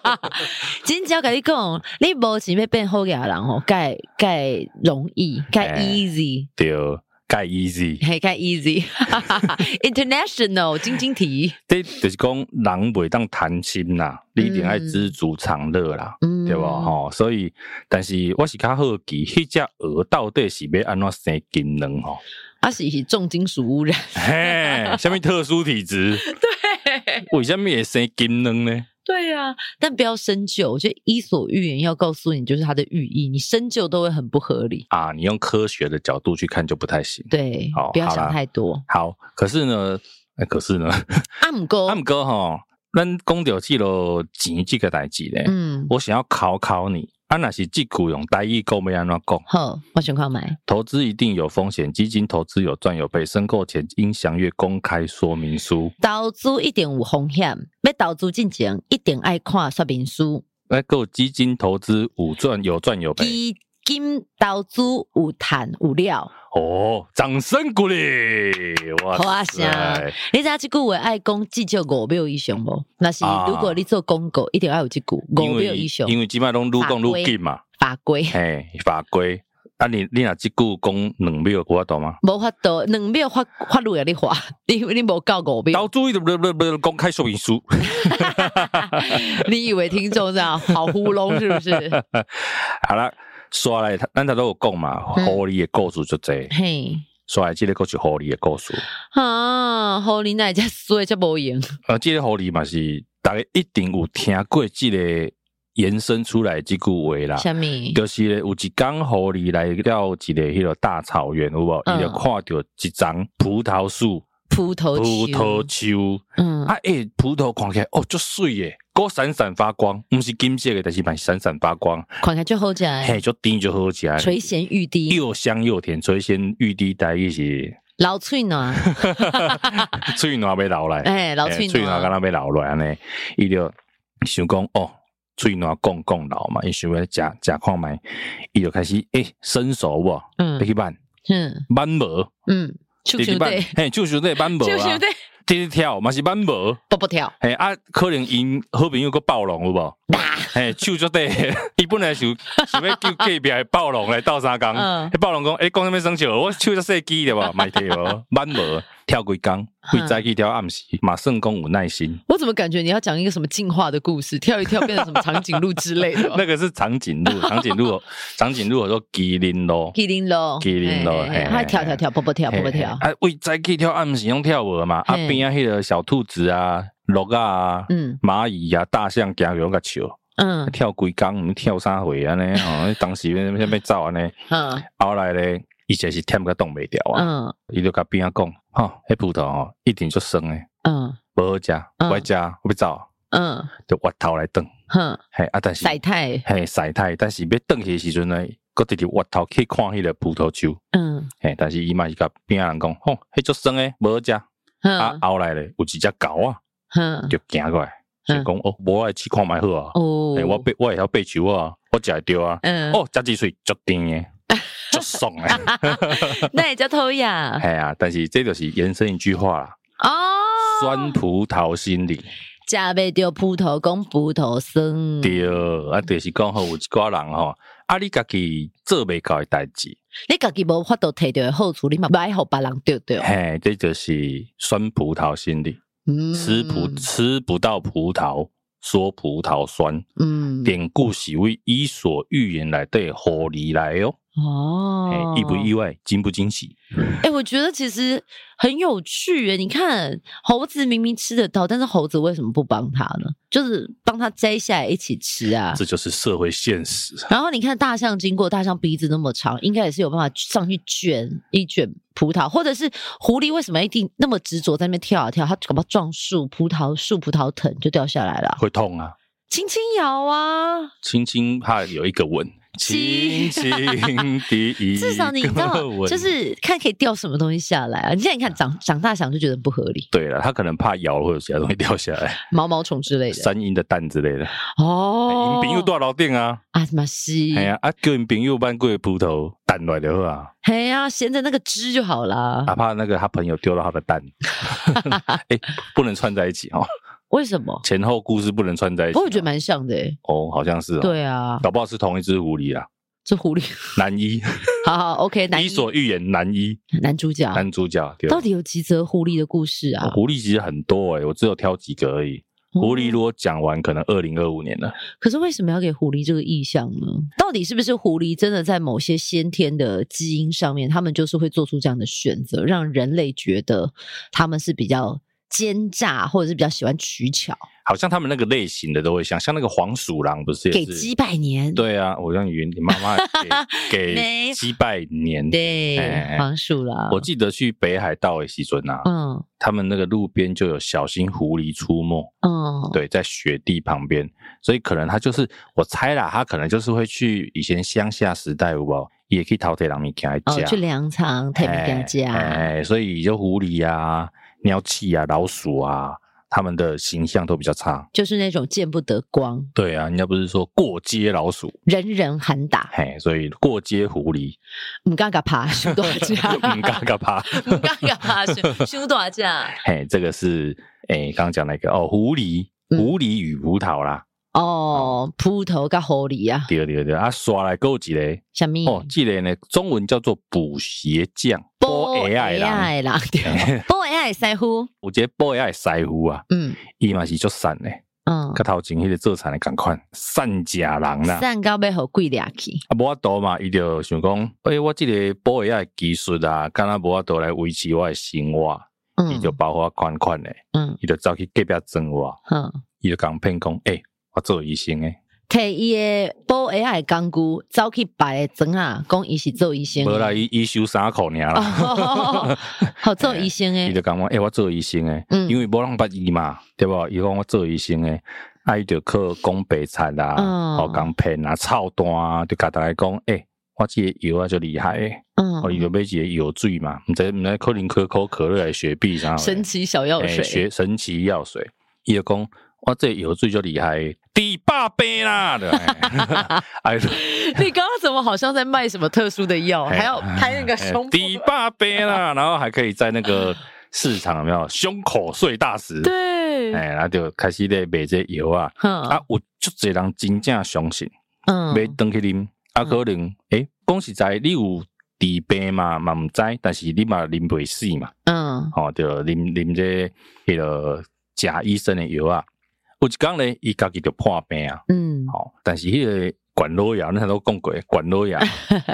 S1: 真正甲你讲，你无钱要变好个人吼，该该容易，该
S2: 嘿
S1: easy，
S2: 对，哦盖 easy，
S1: 嘿，该 easy，international 晶晶体，
S2: 这就是讲人袂当贪心啦，你一定爱知足常乐啦，
S1: 嗯，
S2: 对吧？吼、所以，但是我是较好奇，迄只鹅到底是要安怎生金卵 吼？
S1: 啊是是重金属污染，
S2: 嘿，什么特殊体质？对，为什么会生金卵呢？
S1: 对啊，但不要深究，我觉得伊索寓言要告诉你就是它的寓意，你深究都会很不合理，
S2: 啊，你用科学的角度去看就不太行。
S1: 对
S2: 好，
S1: 不要
S2: 好啦
S1: 想太多。
S2: 好，可是呢，呃可是呢，
S1: 啊姆哥
S2: 啊，，毋过吼，咱讲到即落钱即个代志咧，
S1: 嗯，
S2: 我想要考考你，啊，若是即句用台语讲要安怎讲？
S1: 好，我想看买，
S2: 投资一定有风险，基金投资有赚有赔，申购前应详阅公开说明书。
S1: 投资一定有风险，要投资进前一定爱看说明书。
S2: 那购基金投资有赚有赚有赔。
S1: 基金投资有谈有料，
S2: 哦，掌声鼓励！哇
S1: 哇
S2: 塞
S1: 塞，你知影即句话爱讲至少五秒以上无？若是
S2: 啊
S1: 如果你做广告，一定要有即句五
S2: 因
S1: 秒
S2: 为
S1: 以上
S2: 因为即摆拢愈
S1: 法
S2: 讲
S1: 规
S2: 愈紧嘛，
S1: 法规，
S2: 嘿，法规。啊你，你若即句讲两秒，有法度吗？
S1: 无法度两秒法法律给你罚， 你你无到五
S2: 投
S1: 秒，
S2: 资一定不不不公开说明书。
S1: 你以为听众这样好糊弄是不 是？
S2: 好啦，刷来，咱头都有讲嘛，
S1: 嗯
S2: 狐狸的故事就多。
S1: 嘿
S2: 刷来，这个故事狐狸的故事，
S1: 啊，好你那只衰才无用，
S2: 啊，这个狐狸嘛是大家一定有听过这个延伸出来这句话啦。
S1: 虾米？
S2: 就是咧有一天狐狸来到一个迄个大草原，有无？伊、
S1: 嗯
S2: 就看到一丛葡萄树、
S1: 葡萄
S2: 葡萄
S1: 球，
S2: 树，
S1: 嗯
S2: 啊，诶、葡萄看起来哦，足水诶，果闪闪发光，毋是金色诶，但是嘛是闪闪发光，
S1: 看起来就好食，
S2: 嘿，足甜足好食，
S1: 哎垂涎欲 滴，
S2: 又香又甜，所以先玉滴带一起，
S1: 老脆暖，
S2: 喙暖要流来，
S1: 哎，老脆
S2: 喙暖敢
S1: 暖，
S2: 若要流来呢，伊就想讲哦，喙暖讲讲流嘛，伊想要食食看觅，伊就开始诶、伸手无，
S1: 嗯
S2: 要去挽
S1: 嗯。
S2: 挽无，
S1: 嗯，球
S2: 就去
S1: 球
S2: 挽
S1: 队，，
S2: 嘿，就是这挽无
S1: 球球
S2: 啊，
S1: 队，
S2: 跳一跳嘛是挽无。
S1: 蹦蹦跳，
S2: 嘿啊，可能因好朋友个暴龙有无？嘿，手足短的， 伊本来想想要叫隔壁的暴龙来斗相共，
S1: 嗯
S2: 迄暴龙讲，诶，讲啥物生笑？我手足细机对无，卖摕无，挽无，跳几工，
S1: 嗯
S2: 为早起跳暗时，嘛算讲有耐心。
S1: 我怎么感觉你要讲一个什么进化的故事，跳一跳变成什么长颈鹿之类的哦？
S2: 那个是长颈 鹿，长颈鹿，长颈鹿，我说麒麟咯，
S1: 麒麟咯，
S2: 麒麟咯
S1: 嘿嘿嘿
S2: 嘿
S1: 它跳跳跳，蹦蹦 跳，蹦蹦跳，
S2: 嘿嘿啊，为早起跳暗时用跳舞的嘛，啊
S1: 嘿
S2: 边啊迄个小兔子啊、鹿啊、
S1: 嗯
S2: 蚂蚁啊、大象行用甲笑，
S1: 嗯
S2: 跳几工，毋知跳啥回安 尼吼，当时要要要走安尼，
S1: 嗯
S2: 后来咧，伊就是忝甲冻袂牢啊，
S1: 嗯
S2: 伊就甲边啊讲，吼，迄葡萄吼一定足酸诶，
S1: 嗯
S2: 无好食，
S1: 嗯
S2: 我要食，我要走，
S1: 嗯
S2: 就歪头来转，
S1: 哼，
S2: 嘿啊，但是
S1: 晒太，
S2: 嘿晒太，但是要转去的时阵呢，搁直直歪头去看迄个葡萄树。
S1: 嗯
S2: 嘿，但是伊嘛是甲边仔人讲，吼、迄足酸诶，无好食。啊
S1: 哼，
S2: 后来咧，有一只狗啊，
S1: 哼，
S2: 就行过来，就
S1: 嗯
S2: 讲哦，无爱试看觅好啊。
S1: 哦
S2: 嘿，我，爬，我会晓爬树啊，我食会着啊。
S1: 嗯，
S2: 哦，食一喙足甜诶，足爽 诶。
S1: 那也叫偷呀，
S2: 嘿啊，但是这就是延伸一句话啦，
S1: 哦，
S2: 酸葡萄心理。
S1: 加袂着葡萄讲葡萄酸，
S2: 对，啊，就是讲吼，有一寡人吼，啊，你家己做袂到诶代志，
S1: 你家己无法度摕到好处，你嘛爱互别人丢掉，
S2: 嘿，这就是酸葡萄心理。
S1: 嗯
S2: 吃葡吃不到葡萄，说葡萄酸。
S1: 嗯，
S2: 典故是为《伊索寓言》来对狐狸来哦，哎、
S1: 哦，
S2: 意不意外，惊不惊喜？
S1: 哎、我觉得其实很有趣耶！你看，猴子明明吃得到，但是猴子为什么不帮它呢？就是帮它摘下来一起吃啊。
S2: 这就是社会现实。
S1: 然后你看大象经过，大象鼻子那么长，应该也是有办法上去卷一卷葡萄，或者是狐狸为什么一定那么执着在那边跳啊跳？它搞不好撞树、葡萄树、葡萄藤就掉下来了啊，
S2: 会痛啊，
S1: 轻轻摇啊！
S2: 轻轻怕有一个吻，
S1: 亲
S2: 轻轻的一个吻，
S1: 至少你知道，就是看可以掉什么东西下来啊！你现在你看长长大想就觉得不合理，
S2: 对了，他可能怕咬了会有其他东西掉下来，
S1: 毛毛虫之类的
S2: 山鹰的蛋之类的。哎
S1: 哦
S2: 因。朋友住楼顶啊，
S1: 啊，什么西？
S2: 哎呀啊，叫因朋友搬过来葡萄蛋来就好啊，
S1: 嘿呀、衔着那个枝就好啦。
S2: 哪怕那个他朋友丢了他的 蛋， 哎，不能串在一起哦，
S1: 为什么？
S2: 前后故事不能串在
S1: 不
S2: 一起哦。
S1: 过我觉得蛮像的、欸。
S2: 哦，好像是哦，
S1: 对啊，
S2: 搞不好是同一只狐狸啦。
S1: 这狐狸，
S2: 男一，
S1: 好好 OK，男啊
S2: 伊索寓言男一
S1: 男主角
S2: 男主角，对哦
S1: 到底有几则狐狸的故事啊？
S2: 狐狸其实很多欸诶、我只有挑几个而已。狐狸如
S1: 哦
S2: 果讲完，可能二零二五年了。
S1: 可是为什么要给狐狸这个意象呢？到底是不是狐狸真的在某些先天的基因上面，他们就是会做出这样的选择，让人类觉得他们是比较奸诈，或者是比较喜欢取巧，
S2: 好像他们那个类型的都会像，像那个黄鼠狼不是也
S1: 给
S2: 是？
S1: 鸡拜年？
S2: 对啊，我让云你妈妈 给
S1: 没
S2: 给鸡拜年。
S1: 对，
S2: 哎
S1: 黄鼠狼。
S2: 我记得去北海道的西尊啊，
S1: 嗯
S2: 他们那个路边就有小型狐狸出没，
S1: 嗯，
S2: 对，在雪地旁边，所以可能他就是我猜啦，他可能就是会去以前乡下时代有无，也可以淘汰人物家来
S1: 哦，去
S2: 吃。啊
S1: 粮仓太平家家，
S2: 哎，所以就狐狸啊、鸟气啊、老鼠啊，他们的形象都比较差。
S1: 就是那种见不得光，
S2: 对啊，人家不是说过街老鼠，
S1: 人人喊打，
S2: 嘿，所以过街狐狸，
S1: 唔敢噶 爬，凶多家，
S2: 嗯，嘎嘎啪，
S1: 唔敢噶爬，凶凶多家。
S2: 嘿，这个是哎，刚刚讲那个哦，狐狸，
S1: 嗯
S2: 狐狸与葡萄啦，
S1: 哦，葡萄甲狐狸啊，
S2: 对对对，啊，刷来够几嘞？
S1: 什么？
S2: 哦，这个呢，中文叫做补鞋匠，补鞋的人，
S1: AI 啦，对， 波 AI 师傅，
S2: 有一个补鞋的师傅啊，
S1: 嗯
S2: 伊嘛是足善的，
S1: 嗯，
S2: 甲头前迄个做产的共款，善假人啦。
S1: 蛋糕要好贵俩去，
S2: 啊，无法度嘛，伊就想讲，诶、我即个保险诶技术啊，敢若无法度来维持我诶生活，伊、
S1: 嗯
S2: 就包括款款诶，
S1: 嗯
S2: 伊就走去隔壁装我，
S1: 嗯，
S2: 伊就共骗讲，诶、我做医生诶，
S1: 摕伊的波 AI 的工具，走去摆个砖啊，讲伊是做医生的，
S2: 无啦，伊伊收衫裤尔
S1: 哦
S2: 啦，
S1: 好做医生
S2: 伊、
S1: 诶，
S2: 就讲我，诶、欸我做医生诶，
S1: 嗯
S2: 因为无人捌伊嘛，对无？伊讲我做医生诶。啊，伊就靠讲白贼啦，
S1: 嗯
S2: 哦，讲骗啊，臭蛋啊，就甲大家讲，诶、我即个药啊就厉害诶，哦，伊
S1: 嗯，
S2: 就买一个药水嘛，毋知毋知可能可口可乐还是雪碧啥的。
S1: 神奇小药
S2: 哎
S1: 水，
S2: 学神奇药水，伊就讲，我这有最就厉害，第八杯啦 的，哎哎，
S1: 你刚刚怎么好像在卖什么特殊的药，
S2: 哎
S1: 哦还要拍那个胸部？
S2: 第八杯啦，然后还可以在那个市场有没有胸口碎大石？
S1: 对，
S2: 哎，然后就开始咧卖这药啊，
S1: 哼
S2: 啊，有足侪人真正相信，
S1: 嗯
S2: 买登去啉，啊，可能诶，讲实在，你有治病嘛嘛毋知，但是你嘛啉袂死嘛，
S1: 嗯
S2: 吼、就啉啉这迄落食医生的药啊。有一工咧，伊家己就破病啊，
S1: 嗯，
S2: 吼、但是迄个管老爷，咱都讲过，管老爷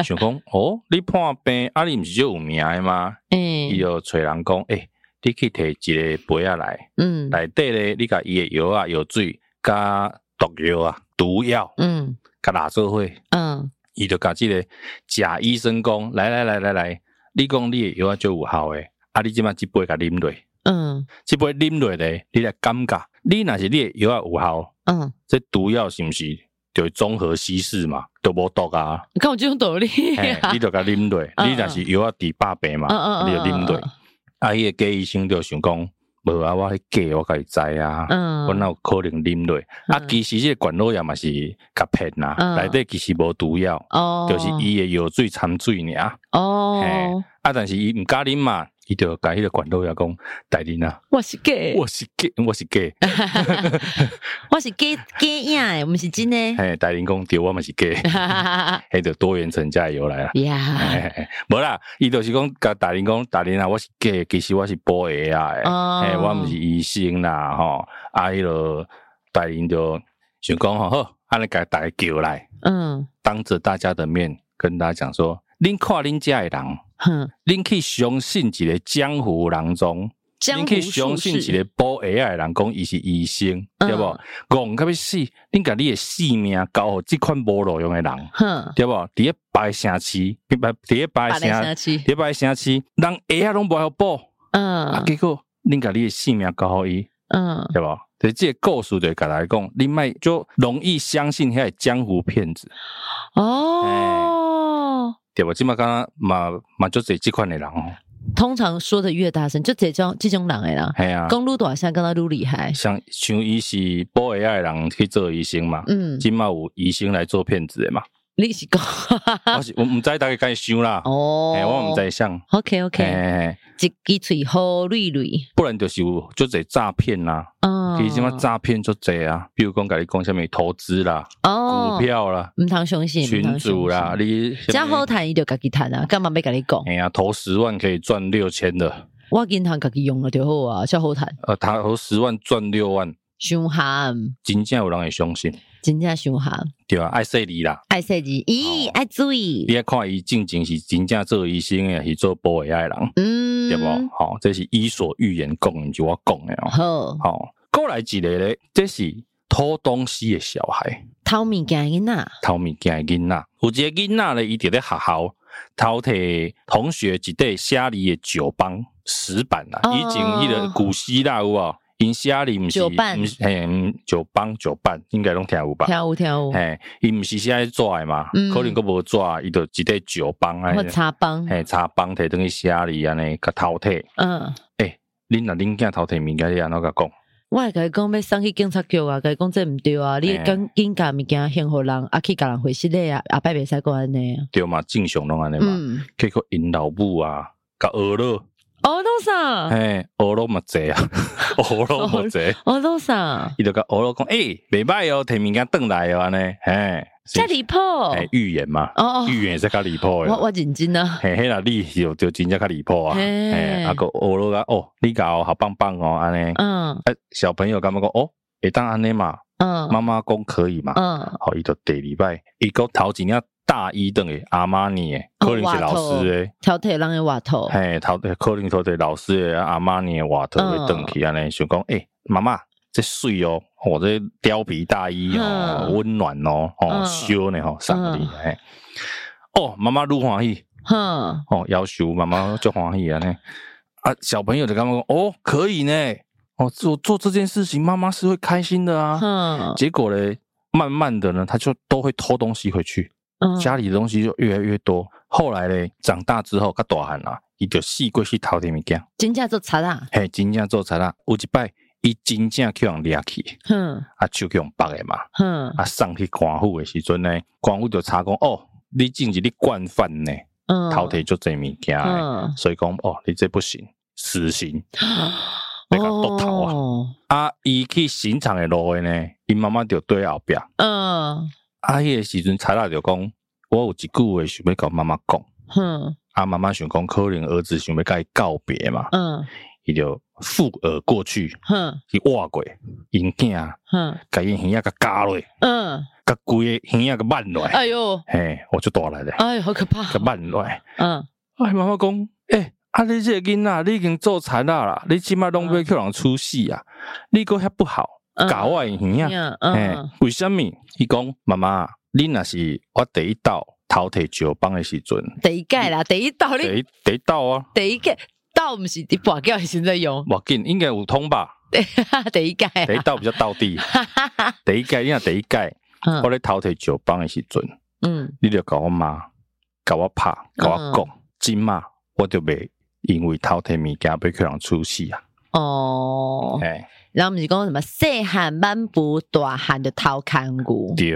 S2: 想讲，哦，你破病，啊，你毋是就有名诶吗？伊
S1: 哎，
S2: 就找人讲，诶、你去摕一个杯仔来，
S1: 嗯
S2: 内底咧，你甲伊诶药啊、药水、甲毒药啊、毒药，
S1: 嗯
S2: 甲拉做伙，
S1: 嗯
S2: 伊就甲即个假医生讲，来来来来来，你讲你诶药啊最有效诶，啊，你即摆即杯甲啉落，
S1: 嗯
S2: 即杯啉落咧，你来感觉，你若是你诶药啊有效，
S1: 嗯，
S2: 这毒药是毋是就会综合稀释嘛，就无毒 啊，
S1: 你看我这种道理
S2: 嘿
S1: 啊，
S2: 你就甲啉落，
S1: 嗯
S2: 你若是药啊治百病嘛
S1: 嗯嗯，嗯
S2: 你就啉落
S1: 嗯嗯。
S2: 啊，迄个假医生就想讲，无啊，我迄假我甲伊知啊，
S1: 嗯，
S2: 我哪有可能啉落？啊，
S1: 嗯
S2: 其实这个管老爷嘛是甲骗啦，
S1: 嗯
S2: 内底其实无毒药，
S1: 哦，
S2: 就是伊诶药水掺水尔。
S1: 哦
S2: 嘿，啊，但是伊毋敢啉嘛，伊就甲迄个管老爷讲，大人啊，
S1: 我是 gay，
S2: 我是假，我是假。
S1: 嗯我是 gay gay 呀，我们是真的，
S2: 嘿，大人讲对，我嘛是假。
S1: 嗯
S2: 迄就多元成家的由来啦。嘿
S1: 呀，
S2: 嘿嘿无啦，伊就是讲，甲大人讲，大人啊，我是假的，其实我是保鞋啊的。
S1: 哦
S2: 嘿，我毋是医生啦，吼，啊，迄落大人就想讲吼，好，安尼甲大家叫来，
S1: 嗯
S2: 当着大家的面跟大家讲说，恁看恁遮的人，
S1: 哼，
S2: 恁去相信一个江湖郎中，
S1: 江
S2: 恁
S1: 湖
S2: 去相
S1: 术
S2: 信一
S1: 士
S2: 个，保鞋啊的人，讲伊是医生，
S1: 嗯
S2: 对无？戆甲要死，恁甲你的性命交互即款无路用的人，
S1: 哼，
S2: 对无？伫咧白城市，伫咧伫咧白
S1: 把
S2: 城
S1: 人。下去，
S2: 礼拜城市，人鞋啊拢无晓补，啊，
S1: 嗯
S2: 结果恁甲你诶性命交互伊，
S1: 嗯
S2: 对无？所以这个故事就甲大家讲，你莫就容易相信遐江湖骗子，
S1: 哦。
S2: 对无？即马敢若嘛嘛就这即款诶人哦，
S1: 通常说的越大声，就这种这种人诶啦，
S2: 系啊，
S1: 公路大声，跟他愈厉害。
S2: 像像伊是补鞋啊诶人去做医生嘛，
S1: 嗯，
S2: 即马有医生来做骗子诶嘛，
S1: 你是讲
S2: 我是我毋知大家敢会想啦，
S1: 啊哦
S2: 诶，我毋知想，
S1: OK
S2: 嘿
S1: OK，
S2: 嘿嘿，
S1: 一支嘴好绿绿，
S2: 不然就是有就这诈骗啦，
S1: 嗯，
S2: 其实即马诈骗就这啊，比如讲甲你讲啥物投资啦、
S1: 哦
S2: 股，票啦。
S1: 唔通相信，唔
S2: 群
S1: 通
S2: 主啦
S1: 相，信，
S2: 你
S1: 这好谈伊就家己谈啊，干嘛要甲你讲？
S2: 哎呀，投十万可以赚六千的，
S1: 我银行家己用了就好啊，这好谈，
S2: 呃，他投十万赚六万，
S1: 伤寒，
S2: 真正有人会相信，
S1: 真正伤寒，
S2: 对啊，爱说你啦，
S1: 爱设计，
S2: 哦
S1: 咦，爱注
S2: 你
S1: 意，
S2: 爱看伊进前是真正做医生诶，还是做保卫诶人，
S1: 嗯，
S2: 对无？吼、这是伊所预言讲，毋是我讲诶哦。
S1: 好，
S2: 吼、过来一个咧，这是偷东西诶小孩，
S1: 偷物件囡仔，
S2: 偷物件诶囡仔，有一个囡仔咧，伊伫咧学校偷摕同学一块写字诶石板石板啦，
S1: 哦
S2: 以前迄个古希腊有无？因写字毋是，
S1: 石板
S2: 毋是嘿，嗯石板石板应该拢听有吧？
S1: 跳舞跳舞，
S2: 嘿，伊毋是写纸诶嘛，
S1: 嗯
S2: 可能佫无纸，伊就一块啊石板
S1: 或
S2: 安尼，
S1: 插帮，
S2: 哎嘿，插板摕等去写字安尼，甲偷摕。
S1: 嗯。
S2: 恁若恁囝偷摕物件，你安怎甲讲？
S1: 我会甲伊讲要送去警察局啊，甲伊讲这毋对啊，你
S2: 嘿
S1: 紧紧甲物件献互人，啊去甲人回失礼啊，啊拜袂使讲安尼啊。
S2: 对嘛，正常拢安尼嘛。
S1: 嗯，
S2: 结果因老母啊，甲学了，
S1: 哦，弄啥？
S2: 嘿，学了嘛济啊， 学 了嘛济。
S1: 哦，弄啥？
S2: 伊就甲俄罗讲，诶、袂歹哦，摕物件转来哦，安尼，嘿，
S1: 遮离谱！
S2: 诶、
S1: 哦，
S2: 预言嘛，
S1: 哦
S2: 预言是较离谱诶。
S1: 我我认真啊。
S2: 嘿，迄啦，你就就真正较离谱啊！
S1: 嘿
S2: 嘿，啊个俄罗讲哦，你搞好棒棒哦，安尼，
S1: 嗯
S2: 啊，小朋友感觉讲哦，会当安尼嘛，
S1: 嗯
S2: 哎妈妈讲可以嘛，
S1: 嗯，
S2: 好，哦伊就第二摆，伊个头一领大衣等诶，阿玛尼诶，可能是老师诶，
S1: 挑剔人的话头。
S2: 嘿，头可能头对老师诶，阿玛尼诶外套会
S1: 嗯
S2: 转去安尼，想讲诶，妈妈。这水哦，我、这貂皮大衣哦，
S1: 嗯
S2: 温暖哦，哦，
S1: 嗯
S2: 烧呢吼，送互你
S1: 嗯
S2: 嘿。哦，妈妈愈欢喜，
S1: 哼，
S2: 哦，要求妈妈就欢喜啊呢。啊，小朋友就跟妈妈讲，哦，可以呢，哦，做做这件事情，妈妈是会开心的啊。
S1: 哼，
S2: 结果嘞，慢慢的呢，他就都会偷东西回去，
S1: 嗯
S2: 家里的东西就越来越多。后来嘞，长大之后，他大汉啦，伊就四过去偷点物件，
S1: 真正做贼啊。
S2: 嘿，真正做贼啦。有一摆，伊真正去人掠去，
S1: 哼
S2: 啊，手去人绑诶嘛，
S1: 哼
S2: 啊，送去官府诶时阵呢，官府就查讲，哦，你真是你惯犯呢，
S1: 嗯，
S2: 偷摕足侪物件的。
S1: 嗯。
S2: 所以讲哦，你这不行，死刑那个毒头啊
S1: 哦，
S2: 啊！伊去刑场的路的呢，伊妈妈就对后壁
S1: 嗯
S2: 啊，迄个时阵查啦就讲，我有一句话想要甲妈妈讲，
S1: 哼
S2: 啊妈妈想讲，可能儿子想要甲伊告别嘛，
S1: 嗯
S2: 伊就附耳过去，
S1: 哼
S2: 去挖过，因囝
S1: 哼
S2: 甲伊耳仔甲夹落，
S1: 嗯，
S2: 甲规个耳仔甲挽落，
S1: 哎呦，
S2: 嘿，我就大来咧，
S1: 哎呦，好可怕
S2: 甲！挽落。哎，
S1: 嗯，
S2: 妈妈讲，诶，啊你这个囡仔，你已经做贼啦啦，你即摆拢要去人处死啊，你个遐不好，
S1: 嗯
S2: 咬我的耳仔。
S1: 嗯
S2: 嘿
S1: 嗯，
S2: 为什么？伊讲妈妈，你若是我第一道头摕石棒的时阵，
S1: 第一届啦，第一道
S2: 第
S1: 你
S2: 一第一道啊，
S1: 第一届道不是你拔掉的时在用，
S2: 无紧，应该有通吧？
S1: 第一届啊，
S2: 第一道比较到底，第一届你若第一届，我
S1: 嗯
S2: 咧头摕石棒的时阵，
S1: 嗯
S2: 你就甲我骂，甲我拍，甲我讲，即嘛我就袂因为偷摕物件被去人处死啊！
S1: 哦，
S2: 哎，
S1: 然后不是讲什么细汉漫步，大汉就偷看骨，
S2: 对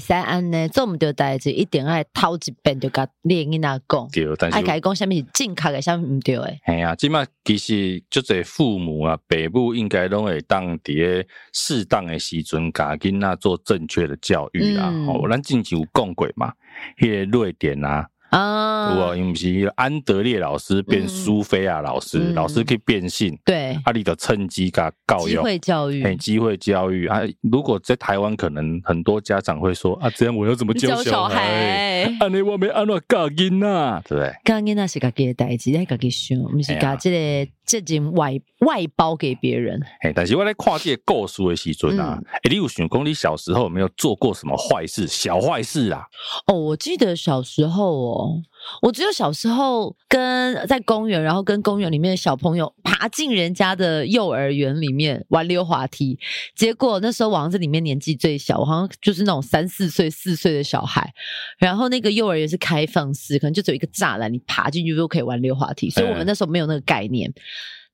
S1: 袂使安尼做毋着代志，一定爱偷一遍就甲你的囡仔讲。
S2: 对，但
S1: 爱甲
S2: 是
S1: 伊讲啥物是正确诶，啥物毋对诶。
S2: 哎呀，即嘛其实足侪父母啊、爸母应该拢会当伫咧适当的时阵，甲囡仔做正确的教育啦。
S1: 嗯
S2: 哦，咱之前有讲过嘛，迄、个瑞典啊，
S1: 啊，
S2: 有啊，因毋是那个安德烈老师变苏菲亚老师，
S1: 嗯
S2: 老师去变性，
S1: 对，
S2: 啊，你就趁机甲教
S1: 机
S2: 育，
S1: 会教育
S2: 嘿，机会教育啊。如果在台湾，可能很多家长会说啊，这样我要怎么教小孩？， 安尼我没安怎教囡仔，对不对？
S1: 刚囡仔是家己诶代志，咱家己想，毋是
S2: 嘿啊
S1: 甲即个责任外外包给别人。
S2: 嘿，但是我在看这个故事的时阵
S1: 嗯
S2: 啊，诶、你有想讲你小时候有没有做过什么坏事？小坏事啊？
S1: 哦，我记得小时候哦，我只有小时候跟在公园，然后跟公园里面的小朋友爬进人家的幼儿园里面玩溜滑梯，结果那时候我好像是里面年纪最小，我好像就是那种三四岁、四岁的小孩。然后那个幼儿园是开放式，可能就只有一个栅栏，你爬进去就可以玩溜滑梯，所以我们
S2: 嗯
S1: 那时候没有那个概念。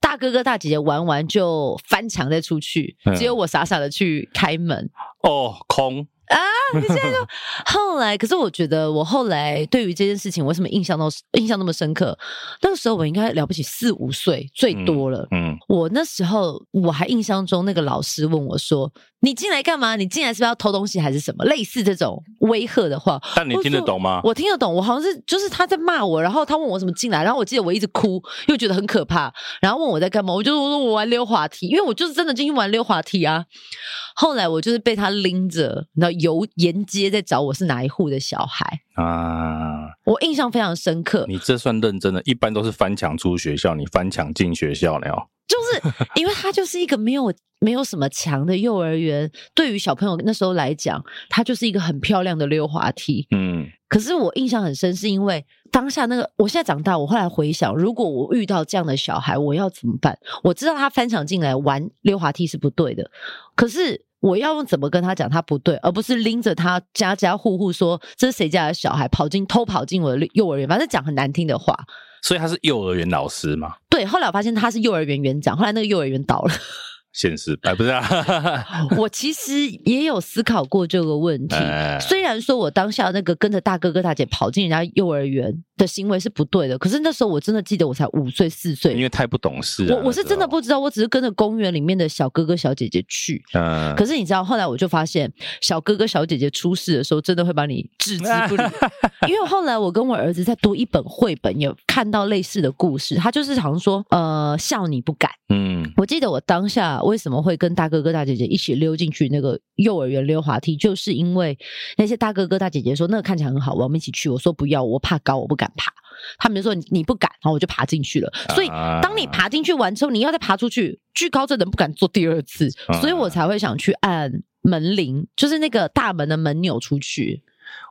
S1: 大哥哥大姐姐玩完就翻墙再出去，只有我傻傻的去开门。
S2: 哦，空，
S1: 后来，可是我觉得我后来对于这件事情，我为什么印象都印象那么深刻？那个时候我应该了不起四五岁最多了。
S2: 嗯，
S1: 我那时候我还印象中，那个老师问我说：“你进来干嘛？你进来是不是要偷东西还是什么？”类似这种威吓的话，
S2: 但你听得懂吗？
S1: 我听得懂。我好像是就是他在骂我，然后他问我怎么进来，然后我记得我一直哭，又觉得很可怕，然后问我在干嘛，我就说我玩溜滑梯，因为我就是真的进去玩溜滑梯啊。后来我就是被他拎着，然后游沿街在找我是哪一户的小孩，
S2: 啊，
S1: 我印象非常深刻，
S2: 你这算认真的，一般都是翻墙出学校，你翻墙进学校了哦。
S1: 就是因为他就是一个没有 没有什么墙的幼儿园，对于小朋友那时候来讲，他就是一个很漂亮的溜滑梯。
S2: 嗯，
S1: 可是我印象很深，是因为当下那个，我现在长大，我后来回想，如果我遇到这样的小孩，我要怎么办？我知道他翻墙进来玩溜滑梯是不对的，可是我要用怎么跟他讲他不对，而不是拎着他家家户户说这是谁家的小孩跑进偷跑进我的幼儿园，反正讲很难听的话。
S2: 所以他是幼儿园老师嘛，
S1: 对，后来我发现他是幼儿园园长，后来那个幼儿园倒了。
S2: 现实哎，不是啊，
S1: 我其实也有思考过这个问题，
S2: 哎
S1: 虽然说我当下那个跟着大哥哥大姐跑进人家幼儿园的行为是不对的，可是那时候我真的记得我才五岁四
S2: 哎因
S1: 岁，
S2: 为太不懂事、啊。
S1: 我我是真的
S2: 那时
S1: 不知道，我只是跟着公园里面的小哥哥小姐姐去。
S2: 候，嗯，
S1: 可是你知道，后来我就发现，小哥哥小姐姐出事的时候，真的会把你置之 不理。因为后来我跟我儿子在读一本绘本，也看到类似的故事，他就是好像说，呃，笑你不敢。
S2: 嗯
S1: 我记得我当下为什么会跟大哥哥大姐姐一起溜进去那个幼儿园溜滑梯，就是因为那些大哥哥大姐姐说那个看起来很好玩，我们一起去。我说不要，我怕高，我不敢爬。他们就说你你不敢，然后我就爬进去了。所以
S2: 啊
S1: 当你爬进去完之后，你要再爬出去，巨高真的不敢做第二次，所以我才会想去按门铃，就是那个大门的门钮出去。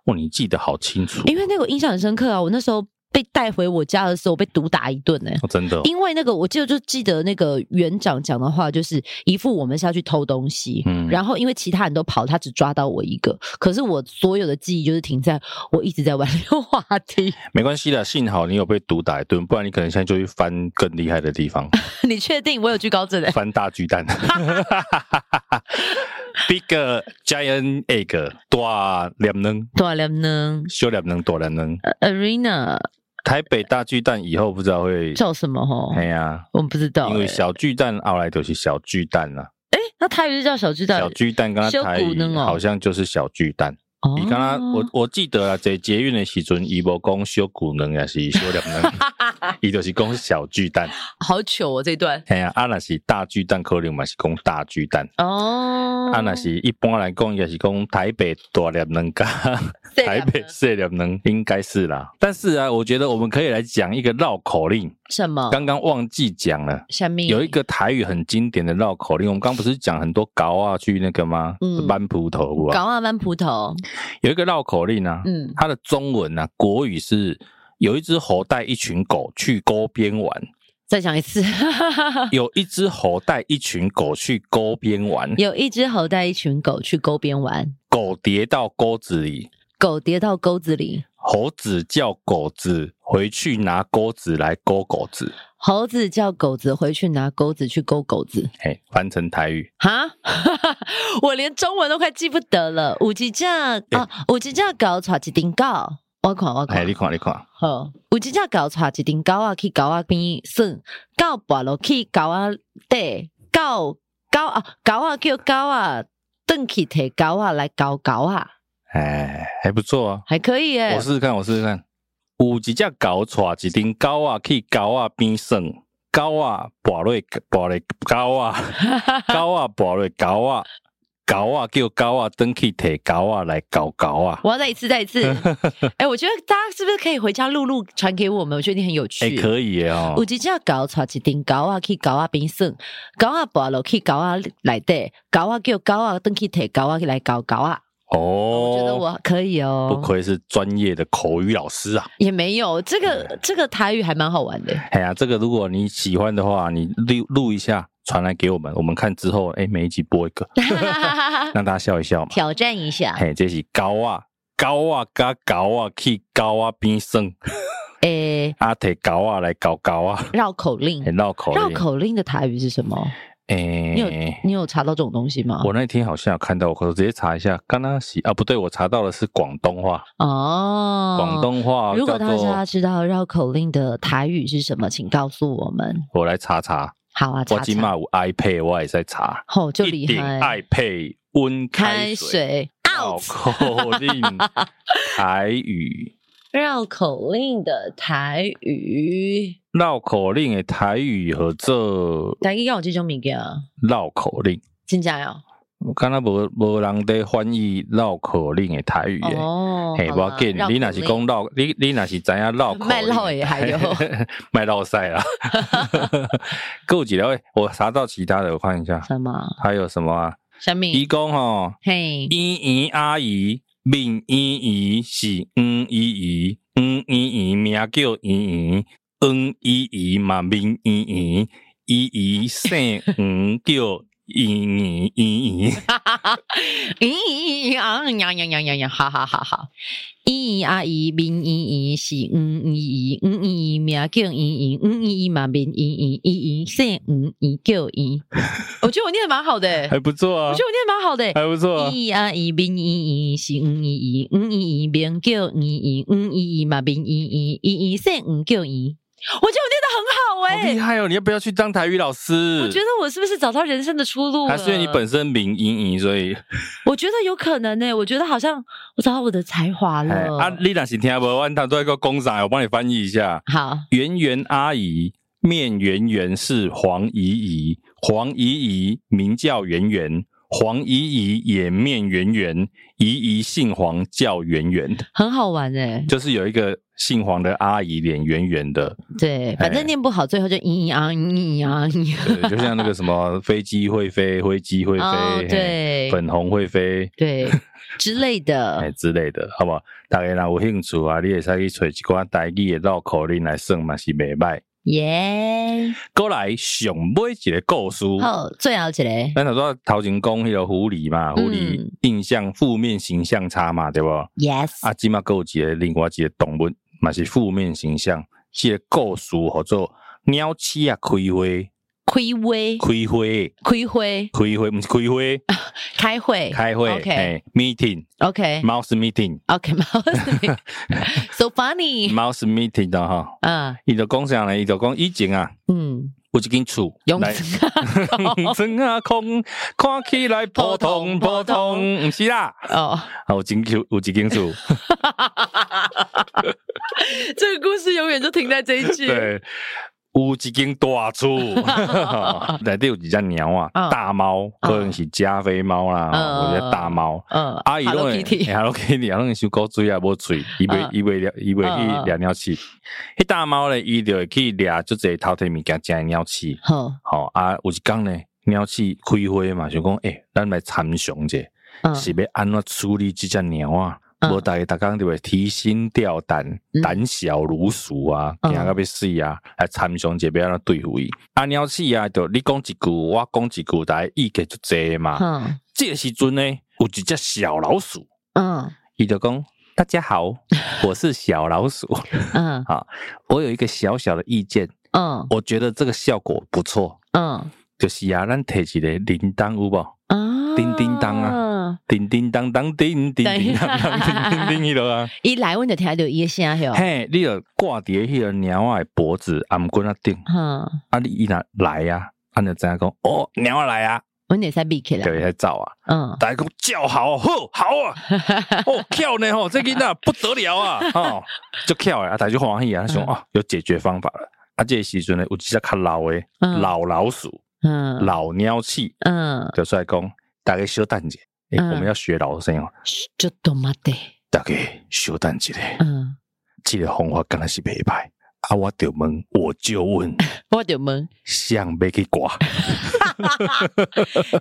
S2: 哦，你记得好清楚，
S1: 因为那个我印象很深刻啊，我那时候被带回我家的时候，我被毒打一顿呢、
S2: 哦、真的哦、
S1: 因为那个，我记得就记得那个园长讲的话，就是一副我们是要去偷东西，
S2: 嗯
S1: 然后因为其他人都跑，他只抓到我一个，可是我所有的记忆就是停在我一直在玩溜滑梯。
S2: 没关系的，幸好你有被毒打一顿，不然你可能现在就去翻更厉害的地 方，
S1: 你确定我有惧高症的、
S2: 翻大巨蛋 ，big giant egg，大两能，
S1: 多少啊呢
S2: 小两能，大两能。
S1: 呃？Arena
S2: 台北大巨蛋以后不知道会，
S1: 叫什么吼？
S2: 哎呀、
S1: 我们不知道、
S2: 因为
S1: 哎
S2: 小巨蛋后来就是小巨蛋啦、
S1: 那台语就叫小巨蛋
S2: 小。巨蛋跟它
S1: 小
S2: 台
S1: 骨
S2: 语
S1: 能哦
S2: 好像就是小巨蛋，
S1: 哦
S2: 伊敢若我我记得啊，坐捷运的时阵，伊无讲小骨卵，也是小粒卵， 伊就是讲小巨蛋。
S1: 好糗哦，这段
S2: 嘿啊，啊若是大巨蛋，可能嘛是讲大巨蛋。
S1: 哦，
S2: 啊，若是一般来讲，也是讲台北大粒能加
S1: 这
S2: 台
S1: 两个
S2: 北小粒能，应该是啦。但是啊，我觉得我们可以来讲一个绕口令，
S1: 什么？
S2: 刚刚忘记讲了。
S1: 下面
S2: 有一个台语很经典的绕口令，我们刚不是讲很多高啊去那个吗？
S1: 嗯
S2: 搬葡萄啊，
S1: 港澳班葡萄，
S2: 有一个绕口令啊，
S1: 嗯，
S2: 它的中文啊国语是有一只猴带一群狗去沟边玩，
S1: 再讲一次，
S2: 有一只猴带一群狗去沟边 玩，
S1: 有一只猴带一群狗去沟边玩，
S2: 狗跌到沟子里，
S1: 狗跌到沟子里，
S2: 猴子叫狗子回去拿钩子来勾狗子。
S1: 猴子叫狗子回去拿钩子去勾狗子。
S2: 嘿，翻成台语，
S1: 哈， 我连中文都快记不得了。五级架啊，五级架搞炒几丁高，我看我
S2: 哎，
S1: 看
S2: 你，看你看，
S1: 好，有一只狗带一顶狗仔去狗仔边耍，狗跋落去啊狗仔底，狗狗啊，狗仔叫啊狗仔转去摕狗仔来搞狗仔，
S2: 哎，还不错啊。
S1: 还可以耶
S2: 我。试试看，我试试看。有一只狗带一顶狗啊去狗啊边耍，狗啊跋落跋 落狗啊，狗啊跋落狗啊，狗啊叫狗啊登去摕狗啊来搞狗啊。
S1: 我要再一次，再一 次。哎、我觉得大家是不是可以回家录录传给我们？我觉得你很有趣。
S2: 哎、可以耶哦
S1: 有！一只狗带一顶狗仔去啊狗仔边耍，狗仔跋落啊去狗仔内底，狗仔啊叫狗仔转去摕狗仔来搞狗仔。我觉得
S2: 哦，
S1: 我可以哦，
S2: 不愧是专业的口语老师啊！
S1: 也没有这个这个台语还蛮好玩 的。
S2: 哎呀，这个如果你喜欢的话，你录录一下，传来给我们，我们看之后，哎、每一集播一个，让大家笑一笑嘛。
S1: 挑战一下。
S2: 嘿，这是狗啊，狗啊，甲狗啊，去狗啊边耍，
S1: 诶，
S2: 啊，摕狗啊来搞狗啊，
S1: 哎绕口令
S2: 嘿，绕口
S1: 嗯绕
S2: 令。
S1: 口令的台语是什么？
S2: 诶、
S1: 你有嗯你有查到这种东西吗？
S2: 哎我那天好像有看到，我直接查一下，刚刚是啊，不对，我查到的是广东话，
S1: 哦，
S2: 广。东话
S1: 如果
S2: 叫
S1: 大家
S2: 做，
S1: 知道绕口令的台语是什么，请告诉我们。
S2: 我来查查，
S1: 好啊，
S2: 我
S1: 查
S2: 今
S1: 查。
S2: 嘛有 iPad，我也在查，
S1: 哦，就
S2: 一
S1: 厉
S2: 顶
S1: 害。
S2: iPad 温
S1: 开
S2: 开水，
S1: 水
S2: 绕
S1: out
S2: 口令 台语。
S1: 绕口令的台语，
S2: 绕口令的台语和做
S1: 大家有这种物件啊？
S2: 绕口令，
S1: 真假哦？
S2: 我刚刚无无人在翻译绕口令的台语诶。
S1: 哦，
S2: 嘿，
S1: 好
S2: 无要
S1: 啦
S2: 紧，
S1: 绕口
S2: 你若是
S1: 令
S2: 讲绕，你你若是知影绕口令，
S1: 卖绕的还有
S2: 卖绕 赛啦。啊还有一条，我查到其他的，我看一下
S1: 什么？
S2: 还有什么啊？
S1: 什么？
S2: 伊讲吼，
S1: 嘿，
S2: 伊姨阿姨，面姨姨是黄姨姨，黄姨姨名叫姨姨，黄姨姨嘛面姨姨，姨姨姓黄叫姨姨姨姨。
S1: 咦咦咦啊呀呀呀呀呀！好好好好。咦啊咦，面咦咦是嗯咦咦，嗯咦咦名叫咦咦，嗯咦咦嘛面咦咦，咦咦姓嗯咦叫咦。我觉得我念的蛮好的、
S2: 还不错
S1: 我
S2: 啊
S1: 觉，得我念的蛮好的、
S2: 还不错啊。
S1: 咦啊咦，面咦咦是嗯咦咦，嗯咦咦名叫咦咦，嗯咦咦嘛面咦咦，咦咦姓嗯叫咦。我觉得我念的很好
S2: 好
S1: 哎、
S2: 厉害哦！你要不要去当台语老师？
S1: 我觉得我是不是找到人生的出路了？
S2: 还是因为啊你本身名莹莹，所以
S1: 我觉得有可能呢、我觉得好像我找到我的才华了。
S2: 哎啊，你若是听不完，他都在个公仔，我帮你翻译一下。
S1: 好，
S2: 圆圆阿姨，面圆圆是黄姨姨，黄姨姨名叫圆圆，黄姨姨也面圆圆，姨姨姓黄叫圆圆，
S1: 很好玩哎、
S2: 就是有一个姓黄的阿姨脸圆圆的，
S1: 对，反正念不好，最后就咿咿啊咿咿啊咿啊。
S2: 对，就像那个什么飞机会飞，灰机会飞，
S1: 哦
S2: 嘿，
S1: 对
S2: 粉红会飞。
S1: 对之类
S2: 哎
S1: 的，
S2: 之类的，好不好？大家若有兴趣啊，你会使去找一寡台语的绕口令来算嘛，是袂歹。
S1: 耶！
S2: 过来上尾一个故事，
S1: 好，最后一个
S2: 咱头说头前讲迄个狐狸嘛，狐狸印象负面形象差嘛，对不？啊，
S1: ，yes，
S2: 即嘛有一个另外一个动物嘛是负面形象，即、个故事叫做鸟鼠啊开花，
S1: 开会，
S2: 开花，
S1: 开会，
S2: 开花，毋是开
S1: 开会，
S2: 花，开会，
S1: OK，OK，OK，
S2: 哎，meeting，mouse meeting，mouse
S1: mouse，so funny，
S2: 哎 meeting 的哈。
S1: 嗯
S2: 伊就讲啥呢？伊就讲以前啊，
S1: 嗯，
S2: 有一间厝，
S1: 永
S2: 来 装啊空，看起来普通普
S1: 普
S2: 通，
S1: 通
S2: 毋是啦。
S1: 哦，
S2: 啊，有一间厝，有一 间厝，
S1: 这个故事永远就停在这一句。
S2: 对，有一间 大厝，内底有一只猫啊，
S1: 嗯
S2: 大猫，可能是加菲猫啦，
S1: 嗯
S2: 或者大猫。
S1: 嗯，
S2: 阿姨拢
S1: Hello
S2: 会
S1: Kitty，
S2: ，Hello Kitty，拢会想古水啊，无嘴，伊袂
S1: 嗯
S2: 伊袂了，伊袂
S1: 嗯
S2: 去
S1: 嗯
S2: 掠鸟鼠。迄大猫咧，伊就会去掠足侪偷摕物件食诶鸟鼠。
S1: 好，
S2: 吼、啊，有一工呢，鸟鼠开会嘛，想讲，诶、咱来参详者，
S1: 嗯
S2: 是要安怎处理即只猫啊？
S1: 嗯
S2: 无逐个逐工就会提心吊胆
S1: 嗯，
S2: 胆小如鼠啊，
S1: 嗯
S2: 惊到要死啊！来参详者要安怎对付伊？啊，鸟鼠啊，就你讲一句，我讲一句，大家意见就济嘛。
S1: 嗯
S2: 即个时阵呢，有一只小老鼠，
S1: 嗯
S2: 伊就讲。大家好， 我是小老鼠，
S1: 嗯
S2: 我有一个小小的意见，
S1: 嗯
S2: 我觉得这个效果不错，
S1: 嗯
S2: 就是啊，咱摕一个铃铛有无？
S1: 啊
S2: 叮叮当
S1: 啊！
S2: 叮叮当当，叮叮叮 当当，叮叮叮迄落啊！
S1: 一来阮就听到伊个声哟。
S2: 嘿，你著挂伫迄个猫仔的脖子颔棍仔顶，
S1: 嗯，
S2: 啊你伊若来啊，啊你就知影讲哦，猫仔来啊，
S1: 阮得使闭起
S2: 就
S1: 来。
S2: 会使走啊。
S1: 嗯，
S2: 大家讲叫好，好，好 啊！哦，巧呢吼，这囡仔不得了啊！哦，就巧诶，啊，大家就欢喜啊，想
S1: 嗯
S2: 哦，有解决方法了。啊，这个时阵呢，有一只较老诶，
S1: 嗯
S2: 老老鼠、
S1: 嗯
S2: 老鸟气，
S1: 嗯，
S2: 就出来讲，大家小等者，诶，
S1: 嗯
S2: 我们要学老生哦，
S1: 就懂嘛得。
S2: 大家小等一下。
S1: 嗯，
S2: 这个方法敢若是袂歹。啊，我就问，我就问，
S1: 我就 问，
S2: 想要去 挂？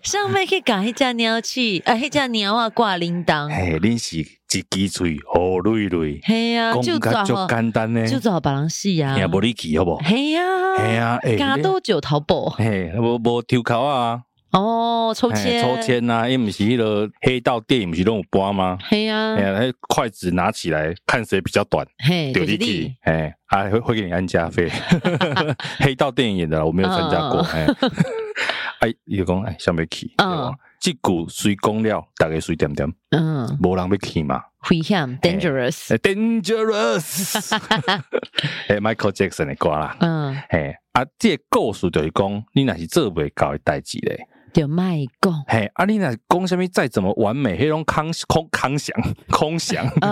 S1: 上面去搞迄只鸟去，啊，迄只鸟啊挂铃铛。
S2: 嘿，恁是一支喙好累累，
S1: 嘿呀，啊就
S2: 讲
S1: 找
S2: 甲足简单呢，
S1: 就找别人死啊
S2: 也。无你去好无？
S1: 嘿呀，
S2: 嘿，啊，哎，
S1: 加
S2: 你
S1: 多久逃跑？
S2: 嘿，无无抽考啊，
S1: 哦，抽
S2: 嘿
S1: 签，
S2: 抽。签啊，伊毋是迄落黑道电影，毋是拢有播吗？
S1: 嘿呀
S2: 哎，呀，那筷子拿起来看谁比较短，
S1: 嘿，
S2: 丢
S1: 就
S2: 你
S1: 是
S2: 去
S1: 你。，
S2: 哎，啊，会会给你安加 费。黑道电影演的啦，我没有参加过。
S1: 哦
S2: 哎，哎，伊就讲哎，想要去，对
S1: 嗯
S2: 吧？即句虽讲了，大家随点点，
S1: 嗯，
S2: 无人要去嘛。
S1: 危险，dangerous。
S2: 哎 Dangerous，哎，Michael Jackson 的歌啦。
S1: 嗯，
S2: 嘿，啊，这个故事就是讲，你若是做袂到的代志咧。
S1: 就卖 讲。
S2: 嘿，啊，你若是讲什么再怎么完美，迄种空空空想空想，哎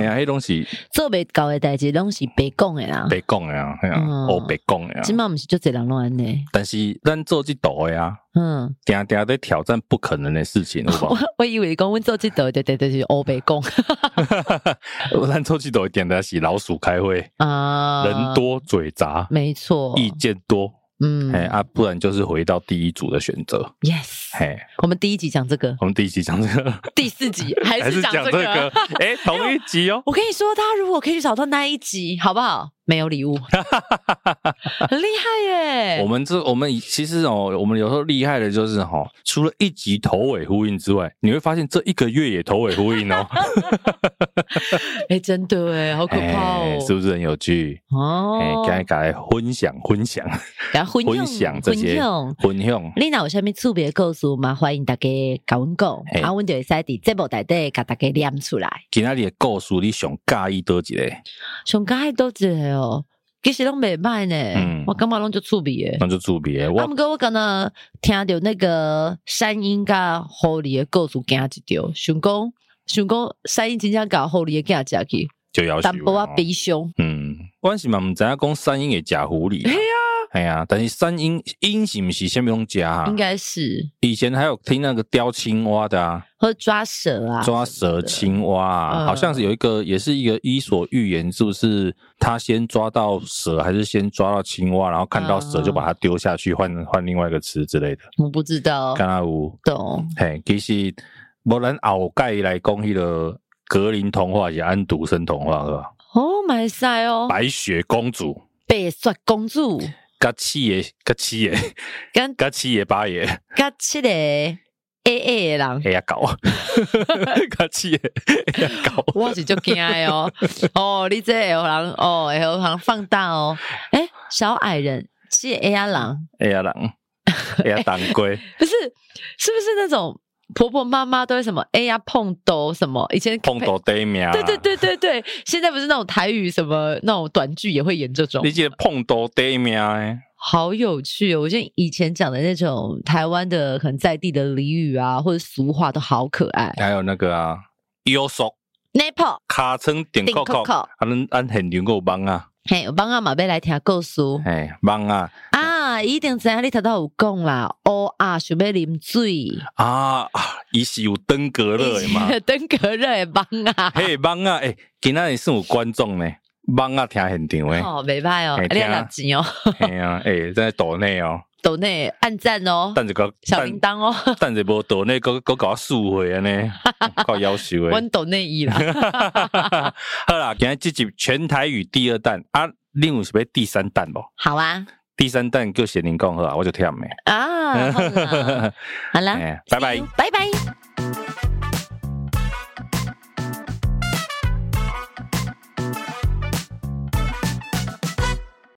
S1: 嗯，
S2: 呀，迄种是
S1: 做袂到的代志拢是白讲的啦。
S2: 白讲的啊，嘿啊
S1: 嗯
S2: 黑白讲的啊。
S1: 即嘛毋是就侪人拢安尼。
S2: 但是咱做即道的啊，
S1: 嗯，
S2: 定定在挑战不可能的事情，有 无
S1: 我？我以为讲阮做即道，对对对，就是黑白讲
S2: 咱做即道的定定是老鼠开会，
S1: 啊。
S2: 人，多嘴杂，
S1: 没错。
S2: 意见多，
S1: 嗯
S2: 哎啊，不然就是回到第一组的选择。
S1: ，yes。
S2: 嘿，
S1: 我们第一集讲这个，
S2: 我们第一集讲这个，
S1: 啊 第四集 还
S2: 还
S1: 哎是
S2: 是
S1: 讲
S2: 讲
S1: 这
S2: 这 个
S1: 个。？
S2: 哎，同一集哦。
S1: 我跟你说，大家如果可以去找到那一集，好不好？没有礼物， 很厉害耶！
S2: 我们这我们其实哦，我们有时候厉害的就是哈、哦，除了一集头尾呼应之外，你会发现这一个月也头尾呼应哦，
S1: 哎、真的哎，好可怕哦！
S2: 哎是不是很有趣？哎、
S1: 哦，
S2: 赶快赶快分享分享
S1: 给他分
S2: 分
S1: 享
S2: 享这些
S1: 分享
S2: 分享，
S1: 你若有啥物特别故事嘛？欢迎大家甲阮讲，
S2: 嘿
S1: 啊，阮就会使伫节目内底甲大家念出来。
S2: 今仔日的故事你上介意多一个，
S1: 上加爱多一个哦，其实拢袂歹
S2: 嗯
S1: 呢，我感觉拢就趣味诶。
S2: 那就注别
S1: 啊，
S2: 我
S1: 毋过我敢若听着那个山鹰甲狐狸诶故事，惊一跳，想讲想讲山鹰真正甲狐狸诶惊食去，
S2: 就要
S1: 淡
S2: 求
S1: 薄啊
S2: 哦
S1: 仔悲伤。
S2: 嗯，我是嘛毋知影讲山鹰会食狐狸，
S1: 嘿啊
S2: 呀，哎呀，但是山鹰鹰是毋是虾米拢食啊？
S1: 应该是
S2: 以前还有听那个叼青蛙的啊，
S1: 或抓蛇啊，
S2: 抓蛇青蛙啊，
S1: 嗯
S2: 好像是有一个，也是一个《伊索寓言》，是不是？他先抓到蛇，还是先抓到青蛙，然后看到蛇
S1: 嗯
S2: 就把它丢下去，
S1: 哦
S2: 换换另外一个吃之类的。
S1: 我不知道，
S2: 干阿有
S1: 懂
S2: 嘿，其实无咱后盖来讲，迄个格林童话是安徒生童话，是吧？
S1: 哦，买晒哦，
S2: 白雪公主，
S1: 白雪公主。
S2: 甲七爷，甲七爷，
S1: 跟
S2: 甲七爷八爷，
S1: 甲七个 A A 的人，
S2: 哎呀 搞， 甲七爷，哎呀搞。
S1: 我是就惊的 哦。哦，你这会有人哦，会有人放大哦。诶，小矮人
S2: 嗯
S1: 七个 A 啊人，
S2: 哎呀人，哎呀当归，
S1: 不是，是不是那种？婆婆妈妈都会什么哎呀碰斗什么，以前
S2: 碰啊到地名啦，
S1: 对对对对对，现在不是那种台语什么那种短剧也会演这种
S2: 你，这个碰到地名诶，
S1: 好有趣哦！我觉得以前讲的那种台湾的可能在地的俚语啊，或者俗话都好可爱。
S2: 还有那个啊，腰索
S1: Napo，
S2: 卡床顶扣扣，
S1: 顶扣扣
S2: 啊，咱咱现场还有网啊，
S1: 嘿，我帮阿马贝来听故事
S2: 嘿，网啊，
S1: 啊，一定知影你头头有讲啦，哦啊，想要啉水，，
S2: 啊，啊伊是有登革热的嘛
S1: 登革热的帮啊，
S2: 嘿，网啊，诶，今仔日算有观众呢，网啊听现场诶，
S1: 哦，袂歹哦，啊
S2: 嘿
S1: 你
S2: 听
S1: 要拿钱哦，
S2: 嘿啊，诶，在岛内哦，
S1: 抖内按赞哦，
S2: 等一个
S1: 小铃铛哦，
S2: 等一无岛内，搁搁甲我输回 安尼，够夭寿诶
S1: 我。抖内伊啦，
S2: 好啦，今日这集全台语第二弹啊，另有是要第三弹无？
S1: 好啊
S2: 第三弹叫贤玲讲好啊，我就忝诶。
S1: 啊，好啦好啦
S2: 哎，拜拜
S1: see you，拜拜。